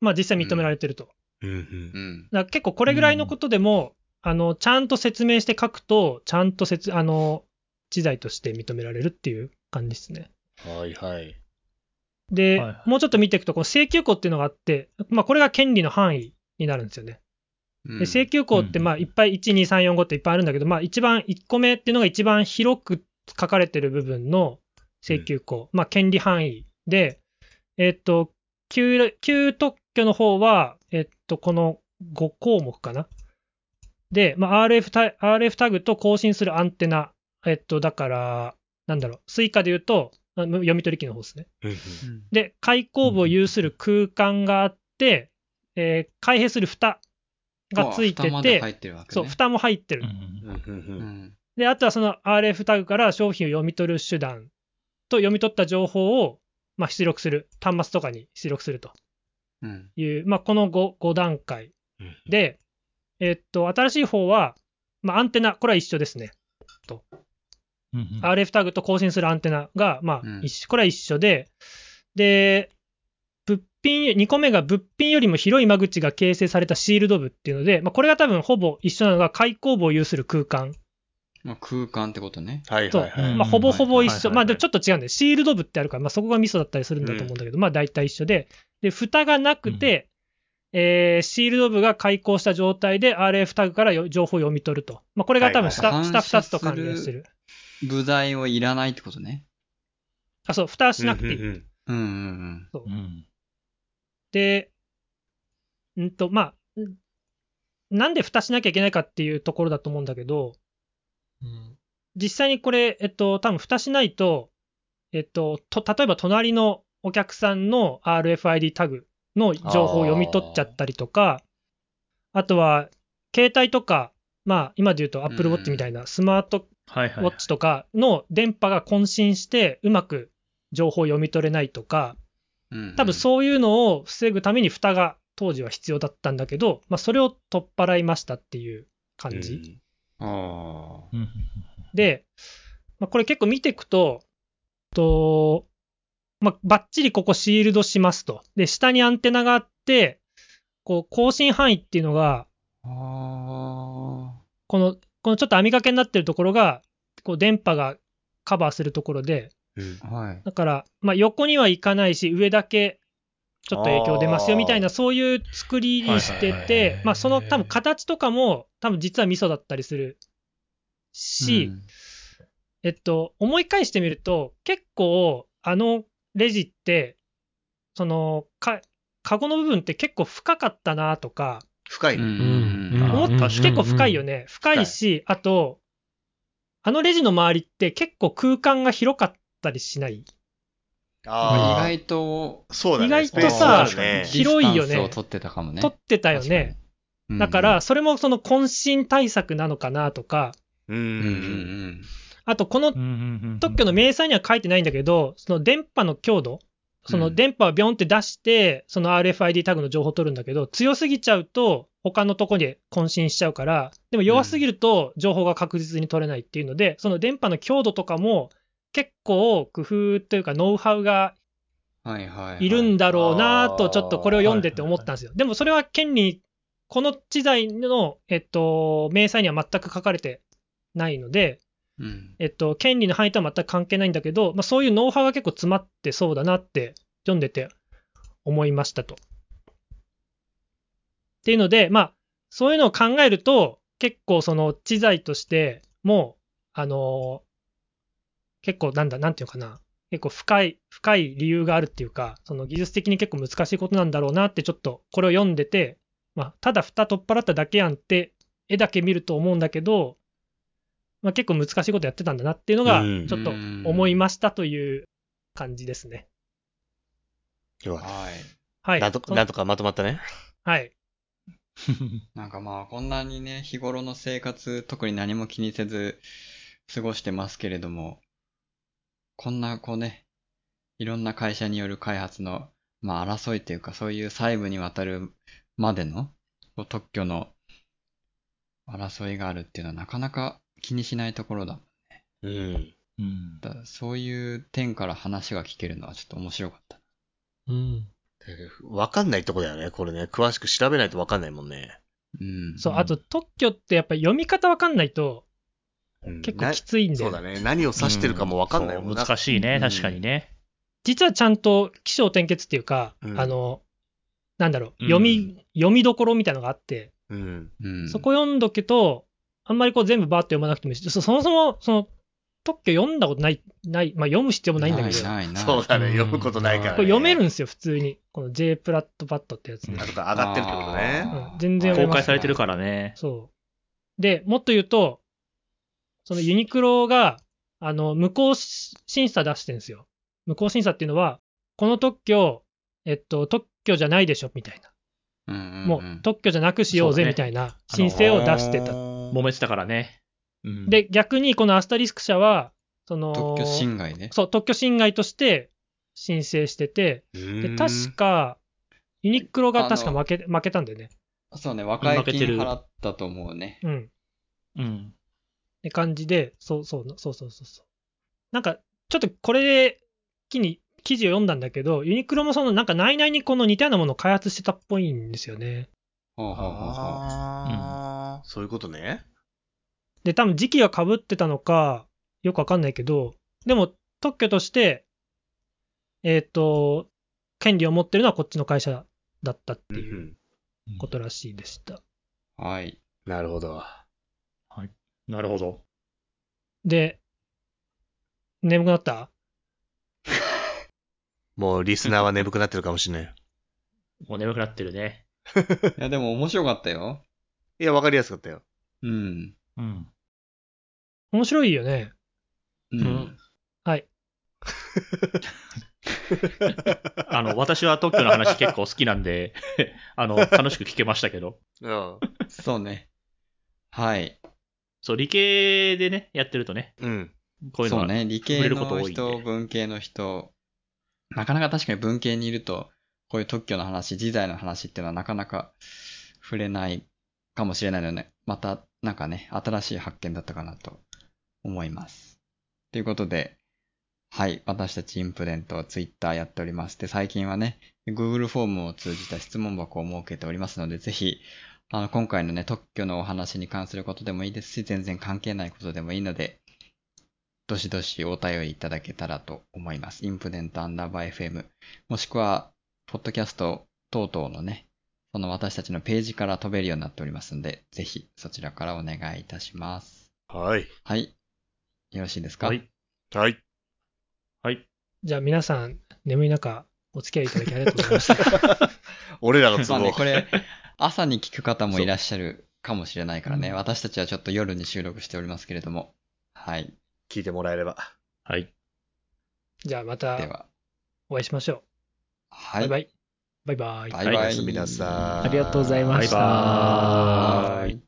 [SPEAKER 1] まあ実際認められてると。
[SPEAKER 2] うんうん
[SPEAKER 3] う。ん。
[SPEAKER 1] だから結構これぐらいのことでも、あの、ちゃんと説明して書くと、ちゃんと説、あの、知財として認められるっていう感じですね。
[SPEAKER 7] はいはい。
[SPEAKER 1] で、
[SPEAKER 7] はいは
[SPEAKER 1] もうちょっと見ていくと、この請求項っていうのがあって、まあこれが権利の範囲になるんですよね。
[SPEAKER 3] うん
[SPEAKER 1] で請求項ってまあいっぱい1、2、3、4、5っていっぱいあるんだけど、まあ一番、1個目っていうのが一番広く書かれてる部分の請求項、まあ権利範囲で、えっと、旧旧特許の方は、えっと、この5項目かな。で、まあ、RF, タ RF タグと更新するアンテナ。えっと、だから、なんだろう、スイカで言うと、あ読み取り機の方ですね。
[SPEAKER 2] うんうん
[SPEAKER 1] で、開口部を有する空間があって、えー開閉する蓋がついて
[SPEAKER 3] あ蓋ま
[SPEAKER 1] て、
[SPEAKER 3] で入ってるわけね。
[SPEAKER 1] そう、蓋も入ってる。
[SPEAKER 2] うんうん
[SPEAKER 3] う
[SPEAKER 2] うん
[SPEAKER 3] ん。
[SPEAKER 1] で、あとはその RF タグから商品を読み取る手段と読み取った情報を、まあ、出力する、端末とかに出力すると
[SPEAKER 3] うん。
[SPEAKER 1] いう、まあ、この 5, 5段階で、えっと、新しい方は、まあ、アンテナ、これは一緒ですね。RF タグと更新するアンテナが、ま
[SPEAKER 3] うん
[SPEAKER 1] あ、一緒、これは一緒で、で、物品、2個目が物品よりも広い間口が形成されたシールド部っていうので、まあ、これが多分ほぼ一緒なのが、開口部を有する空間
[SPEAKER 3] まあ、空間ってことね。
[SPEAKER 2] はい
[SPEAKER 1] そ
[SPEAKER 2] は
[SPEAKER 1] う
[SPEAKER 2] いはい。
[SPEAKER 1] まあ、ほぼほぼ一緒。
[SPEAKER 2] はいはいはい
[SPEAKER 1] まあ、でもちょっと違うんで、シールド部ってあるから、まあ、そこがミソだったりするんだと思うんだけど、まあ、大体一緒で、で、蓋がなくて、えーシールド部が開口した状態で RF タグからよ情報を読み取ると。まあ、これが多分下、
[SPEAKER 3] はいはい
[SPEAKER 1] 下2つと関連する。
[SPEAKER 3] 部材をいらないってことね。
[SPEAKER 1] あ、そう、蓋はしなくていい。
[SPEAKER 2] うんう
[SPEAKER 3] う
[SPEAKER 2] ん
[SPEAKER 3] んうん
[SPEAKER 1] で、うんと、まあ、んなんで蓋しなきゃいけないかっていうところだと思うんだけど、実際にこれ、えっと、多分蓋しないと、えっと、と例えば隣のお客さんの RFID タグの情報を読み取っちゃったりとか、あとは、携帯とか、まあ、今で言うと Apple Watch みたいなスマート
[SPEAKER 7] はいはい
[SPEAKER 1] ウォ
[SPEAKER 7] はい
[SPEAKER 1] ッ。チとかの電波が混信して、うまく情報を読み取れないとか、
[SPEAKER 3] うん。うんうん
[SPEAKER 1] 多分そういうのを防ぐために蓋が当時は必要だったんだけど、まあ、それを取っ払いましたっていう感じ、
[SPEAKER 3] ああ。
[SPEAKER 1] で、まあ、これ結構見ていくとと、まあ、ばっちりここシールドしますとで下にアンテナがあってこう更新範囲っていうのが
[SPEAKER 3] あ
[SPEAKER 1] このこのちょっと網掛けになってるところがこう電波がカバーするところで
[SPEAKER 2] うん
[SPEAKER 3] あ。はい。
[SPEAKER 1] だから、まあ、横には行かないし上だけちょっと影響出ますよみたいなそういう作りにして
[SPEAKER 5] はいはいはいは
[SPEAKER 1] て
[SPEAKER 5] い
[SPEAKER 1] まあその多分形とかも多分実はミソだったりするし、
[SPEAKER 3] うん
[SPEAKER 1] えっと思い返してみると結構あのレジってそのかカゴの部分って結構深かったなとか
[SPEAKER 2] 深いね。
[SPEAKER 3] うん
[SPEAKER 5] うん
[SPEAKER 1] 思っ
[SPEAKER 5] うん
[SPEAKER 1] 結構深いよね深いしあとあのレジの周りって結構空間が広かったりしない
[SPEAKER 3] まあ
[SPEAKER 2] あ
[SPEAKER 3] 意
[SPEAKER 2] あ。
[SPEAKER 3] 外と、
[SPEAKER 2] そうだね。
[SPEAKER 1] 意外と
[SPEAKER 2] スペースがあるね
[SPEAKER 1] さ広いよね
[SPEAKER 3] ディスタンスを取ってたかもね。
[SPEAKER 1] 取ってたよね。だから、それもその渾身対策なのかなとか、
[SPEAKER 3] 確か
[SPEAKER 2] う
[SPEAKER 3] に、うんうん
[SPEAKER 2] ん。
[SPEAKER 3] うん。
[SPEAKER 1] あとこの特許の明細には書いてないんだけど、その電波の強度、その電波をビョンって出して、その RFID タグの情報を取るんだけど、強すぎちゃうと、他のとこに渾身しちゃうから、でも弱すぎると情報が確実に取れないっていうので、その電波の強度とかも結構工夫というかノウハウが
[SPEAKER 3] はいはい、はい。
[SPEAKER 1] いるんだろうな
[SPEAKER 2] あ
[SPEAKER 1] と、
[SPEAKER 2] ー
[SPEAKER 1] ちょっとこれを読んでて思ったんですよ。でもそれは権利、この知財の、えっと、明細には全く書かれてないので、
[SPEAKER 3] うん。
[SPEAKER 1] えっと、権利の範囲とは全く関係ないんだけど、まあ、そういうノウハウが結構詰まってそうだなって読んでて思いましたと。っていうので、まあ、そういうのを考えると、結構その知財としても、あの結構なんだ、なんていうのかな、結構深い、深い理由があるっていうか、その技術的に結構難しいことなんだろうなってちょっとこれを読んでて、まあ、ただ蓋取っ払っただけやんって、絵だけ見ると思うんだけど、ままあ、結構難しいことやってたんだなっていうのが、ちょっと思いましたという感じですね。
[SPEAKER 2] よかった
[SPEAKER 3] はい。
[SPEAKER 1] はい。
[SPEAKER 2] なんとか、
[SPEAKER 1] そ
[SPEAKER 2] なんとかまとまったね。
[SPEAKER 1] はい。
[SPEAKER 3] なんかまあ、こんなにね、日頃の生活、特に何も気にせず過ごしてますけれども、こんなこうね、いろんな会社による開発の、まあ、争いというか、そういう細部にわたるまでのこう特許の争いがあるっていうのはなかなか気にしないところだ。
[SPEAKER 2] うん。
[SPEAKER 6] うん。
[SPEAKER 3] だそういう点から話が聞けるのはちょっと面白かった。
[SPEAKER 5] うん。
[SPEAKER 2] わかんないとこだよね、これね。詳しく調べないとわかんないもんね。
[SPEAKER 3] うん。
[SPEAKER 1] そう、
[SPEAKER 6] うん
[SPEAKER 1] あと特許ってやっぱり読み方わかんないと
[SPEAKER 2] うん
[SPEAKER 1] 結構きついん
[SPEAKER 2] な
[SPEAKER 1] で、
[SPEAKER 2] そうだね。何を指してるかもわかんないもんな。
[SPEAKER 7] そう難しいね、
[SPEAKER 3] うん
[SPEAKER 7] 確かにね。
[SPEAKER 1] 実はちゃんと起承転結っていうか、
[SPEAKER 2] うん
[SPEAKER 1] あの、なんだろう、
[SPEAKER 6] うん
[SPEAKER 1] 読み、読みどころみたいなのがあって、
[SPEAKER 2] うん。
[SPEAKER 3] うん、
[SPEAKER 1] そこ読んどけと、あんまりこう全部バーッと読まなくてもいいし、そそもそも、その、特許読んだことない、ない、まあ読む必要もないんだけど、
[SPEAKER 3] ないないない
[SPEAKER 2] そうだね。
[SPEAKER 5] うん
[SPEAKER 2] 読むことないから、ね。
[SPEAKER 1] これ読めるんですよ、普通に。この J プラットパッドってやつで。
[SPEAKER 2] あとか上がってるってことね。
[SPEAKER 3] あー
[SPEAKER 1] うん全然読め
[SPEAKER 7] 公
[SPEAKER 1] ます
[SPEAKER 7] 開されてるからね。
[SPEAKER 1] そう。で、もっと言うと、そのユニクロが、あの、無効し審査出してるんですよ。無効審査っていうのは、この特許、えっと、特許じゃないでしょ、みたいな。
[SPEAKER 3] うんうんうん
[SPEAKER 1] もう特許じゃなくしよう
[SPEAKER 7] そうだ
[SPEAKER 1] ぜ、
[SPEAKER 7] ね
[SPEAKER 1] みたいな申請を出してた。
[SPEAKER 7] 揉めてたからね。
[SPEAKER 6] うん、
[SPEAKER 1] で、逆にこのアスタリスク社は、その、
[SPEAKER 3] 特許侵害ね。
[SPEAKER 1] そう、特許侵害として申請してて、
[SPEAKER 2] で
[SPEAKER 1] で、確か、ユニクロが確か負け、負けたんだよね。
[SPEAKER 3] そうね、和解
[SPEAKER 7] 負けて
[SPEAKER 3] 金
[SPEAKER 7] る
[SPEAKER 3] 払ったと思うね。
[SPEAKER 1] うん。
[SPEAKER 7] うん。
[SPEAKER 1] って感じで、そうそう、そうそうそうそう。なんか、ちょっとこれで、記に、記事を読んだんだけど、ユニクロもその、なんか内々にこの似たようなものを開発してたっぽいんですよね。
[SPEAKER 3] ほうほうほうほう
[SPEAKER 2] ああ、そういうことね。
[SPEAKER 1] で、多分時期が被ってたのか、よくわかんないけど、でも特許として、えっ、と、権利を持ってるのはこっちの会社だったって
[SPEAKER 2] う。
[SPEAKER 1] いうんことらしいでした。
[SPEAKER 3] はい。
[SPEAKER 2] なるほど。
[SPEAKER 7] なるほど。
[SPEAKER 1] で、眠くなった
[SPEAKER 2] もうリスナーは眠くなってるかもしれない。
[SPEAKER 7] もう眠くなってるね。
[SPEAKER 3] いや、でも面白かったよ。
[SPEAKER 2] いや、わかりやすかったよ。
[SPEAKER 3] うん。
[SPEAKER 7] うん。
[SPEAKER 1] 面白いよね。
[SPEAKER 3] う
[SPEAKER 7] うんん。
[SPEAKER 1] はい。
[SPEAKER 7] あの、私は特許の話結構好きなんで、 *laughs* あの、楽しく聞けましたけど。
[SPEAKER 2] うん。
[SPEAKER 3] そうね。はい。
[SPEAKER 7] そう、理系でね、やってるとね、
[SPEAKER 2] うん。
[SPEAKER 7] こういうの
[SPEAKER 3] そ
[SPEAKER 7] が
[SPEAKER 3] うね。理
[SPEAKER 7] 触
[SPEAKER 3] 系
[SPEAKER 7] れること
[SPEAKER 3] の
[SPEAKER 7] 多いんで
[SPEAKER 3] 人、文系の人、なかなか確かに文系にいると、こういう特許の話、自在の話っていうのはなかなか触れないかもしれないので、ね、またなんかね、新しい発見だったかなと思います。ということで、はい。私たちインプデント、ツイッターやっておりまして、最近はね、Google フォームを通じた質問箱を設けておりますので、ぜひ、あの、今回のね、特許のお話に関することでもいいですし、全然関係ないことでもいいので、どしどしお便りいただけたらと思います。インプデントアンダーバー FM、もしくは、ポッドキャスト等々のね、その私たちのページから飛べるようになっておりますので、ぜひそちらからお願いいたします。
[SPEAKER 2] はい。
[SPEAKER 3] はい。よろしいですか
[SPEAKER 7] はい。
[SPEAKER 2] はい。
[SPEAKER 1] じゃあ皆さん、眠い中、お付き合いいただきありがとうご
[SPEAKER 2] *laughs*
[SPEAKER 1] ざいました。
[SPEAKER 2] 俺らの
[SPEAKER 3] ま
[SPEAKER 2] 都
[SPEAKER 3] あ
[SPEAKER 2] 合
[SPEAKER 3] ね、。こ
[SPEAKER 2] *laughs*
[SPEAKER 3] れ、朝に聞く方もいらっしゃるかもしれないからね、私たちはちょっと夜に収録しておりますけれども、はい。
[SPEAKER 2] 聞いてもらえれば。
[SPEAKER 7] はい。
[SPEAKER 1] じゃあま
[SPEAKER 3] で
[SPEAKER 1] た
[SPEAKER 3] は、
[SPEAKER 1] お会いしましょう。
[SPEAKER 3] は
[SPEAKER 1] バイバイ。バイバイ。
[SPEAKER 3] バイバイ。
[SPEAKER 2] おやすみなさい。
[SPEAKER 6] ありがとうございま
[SPEAKER 7] バイ
[SPEAKER 6] した
[SPEAKER 7] バーイ。
[SPEAKER 3] はい。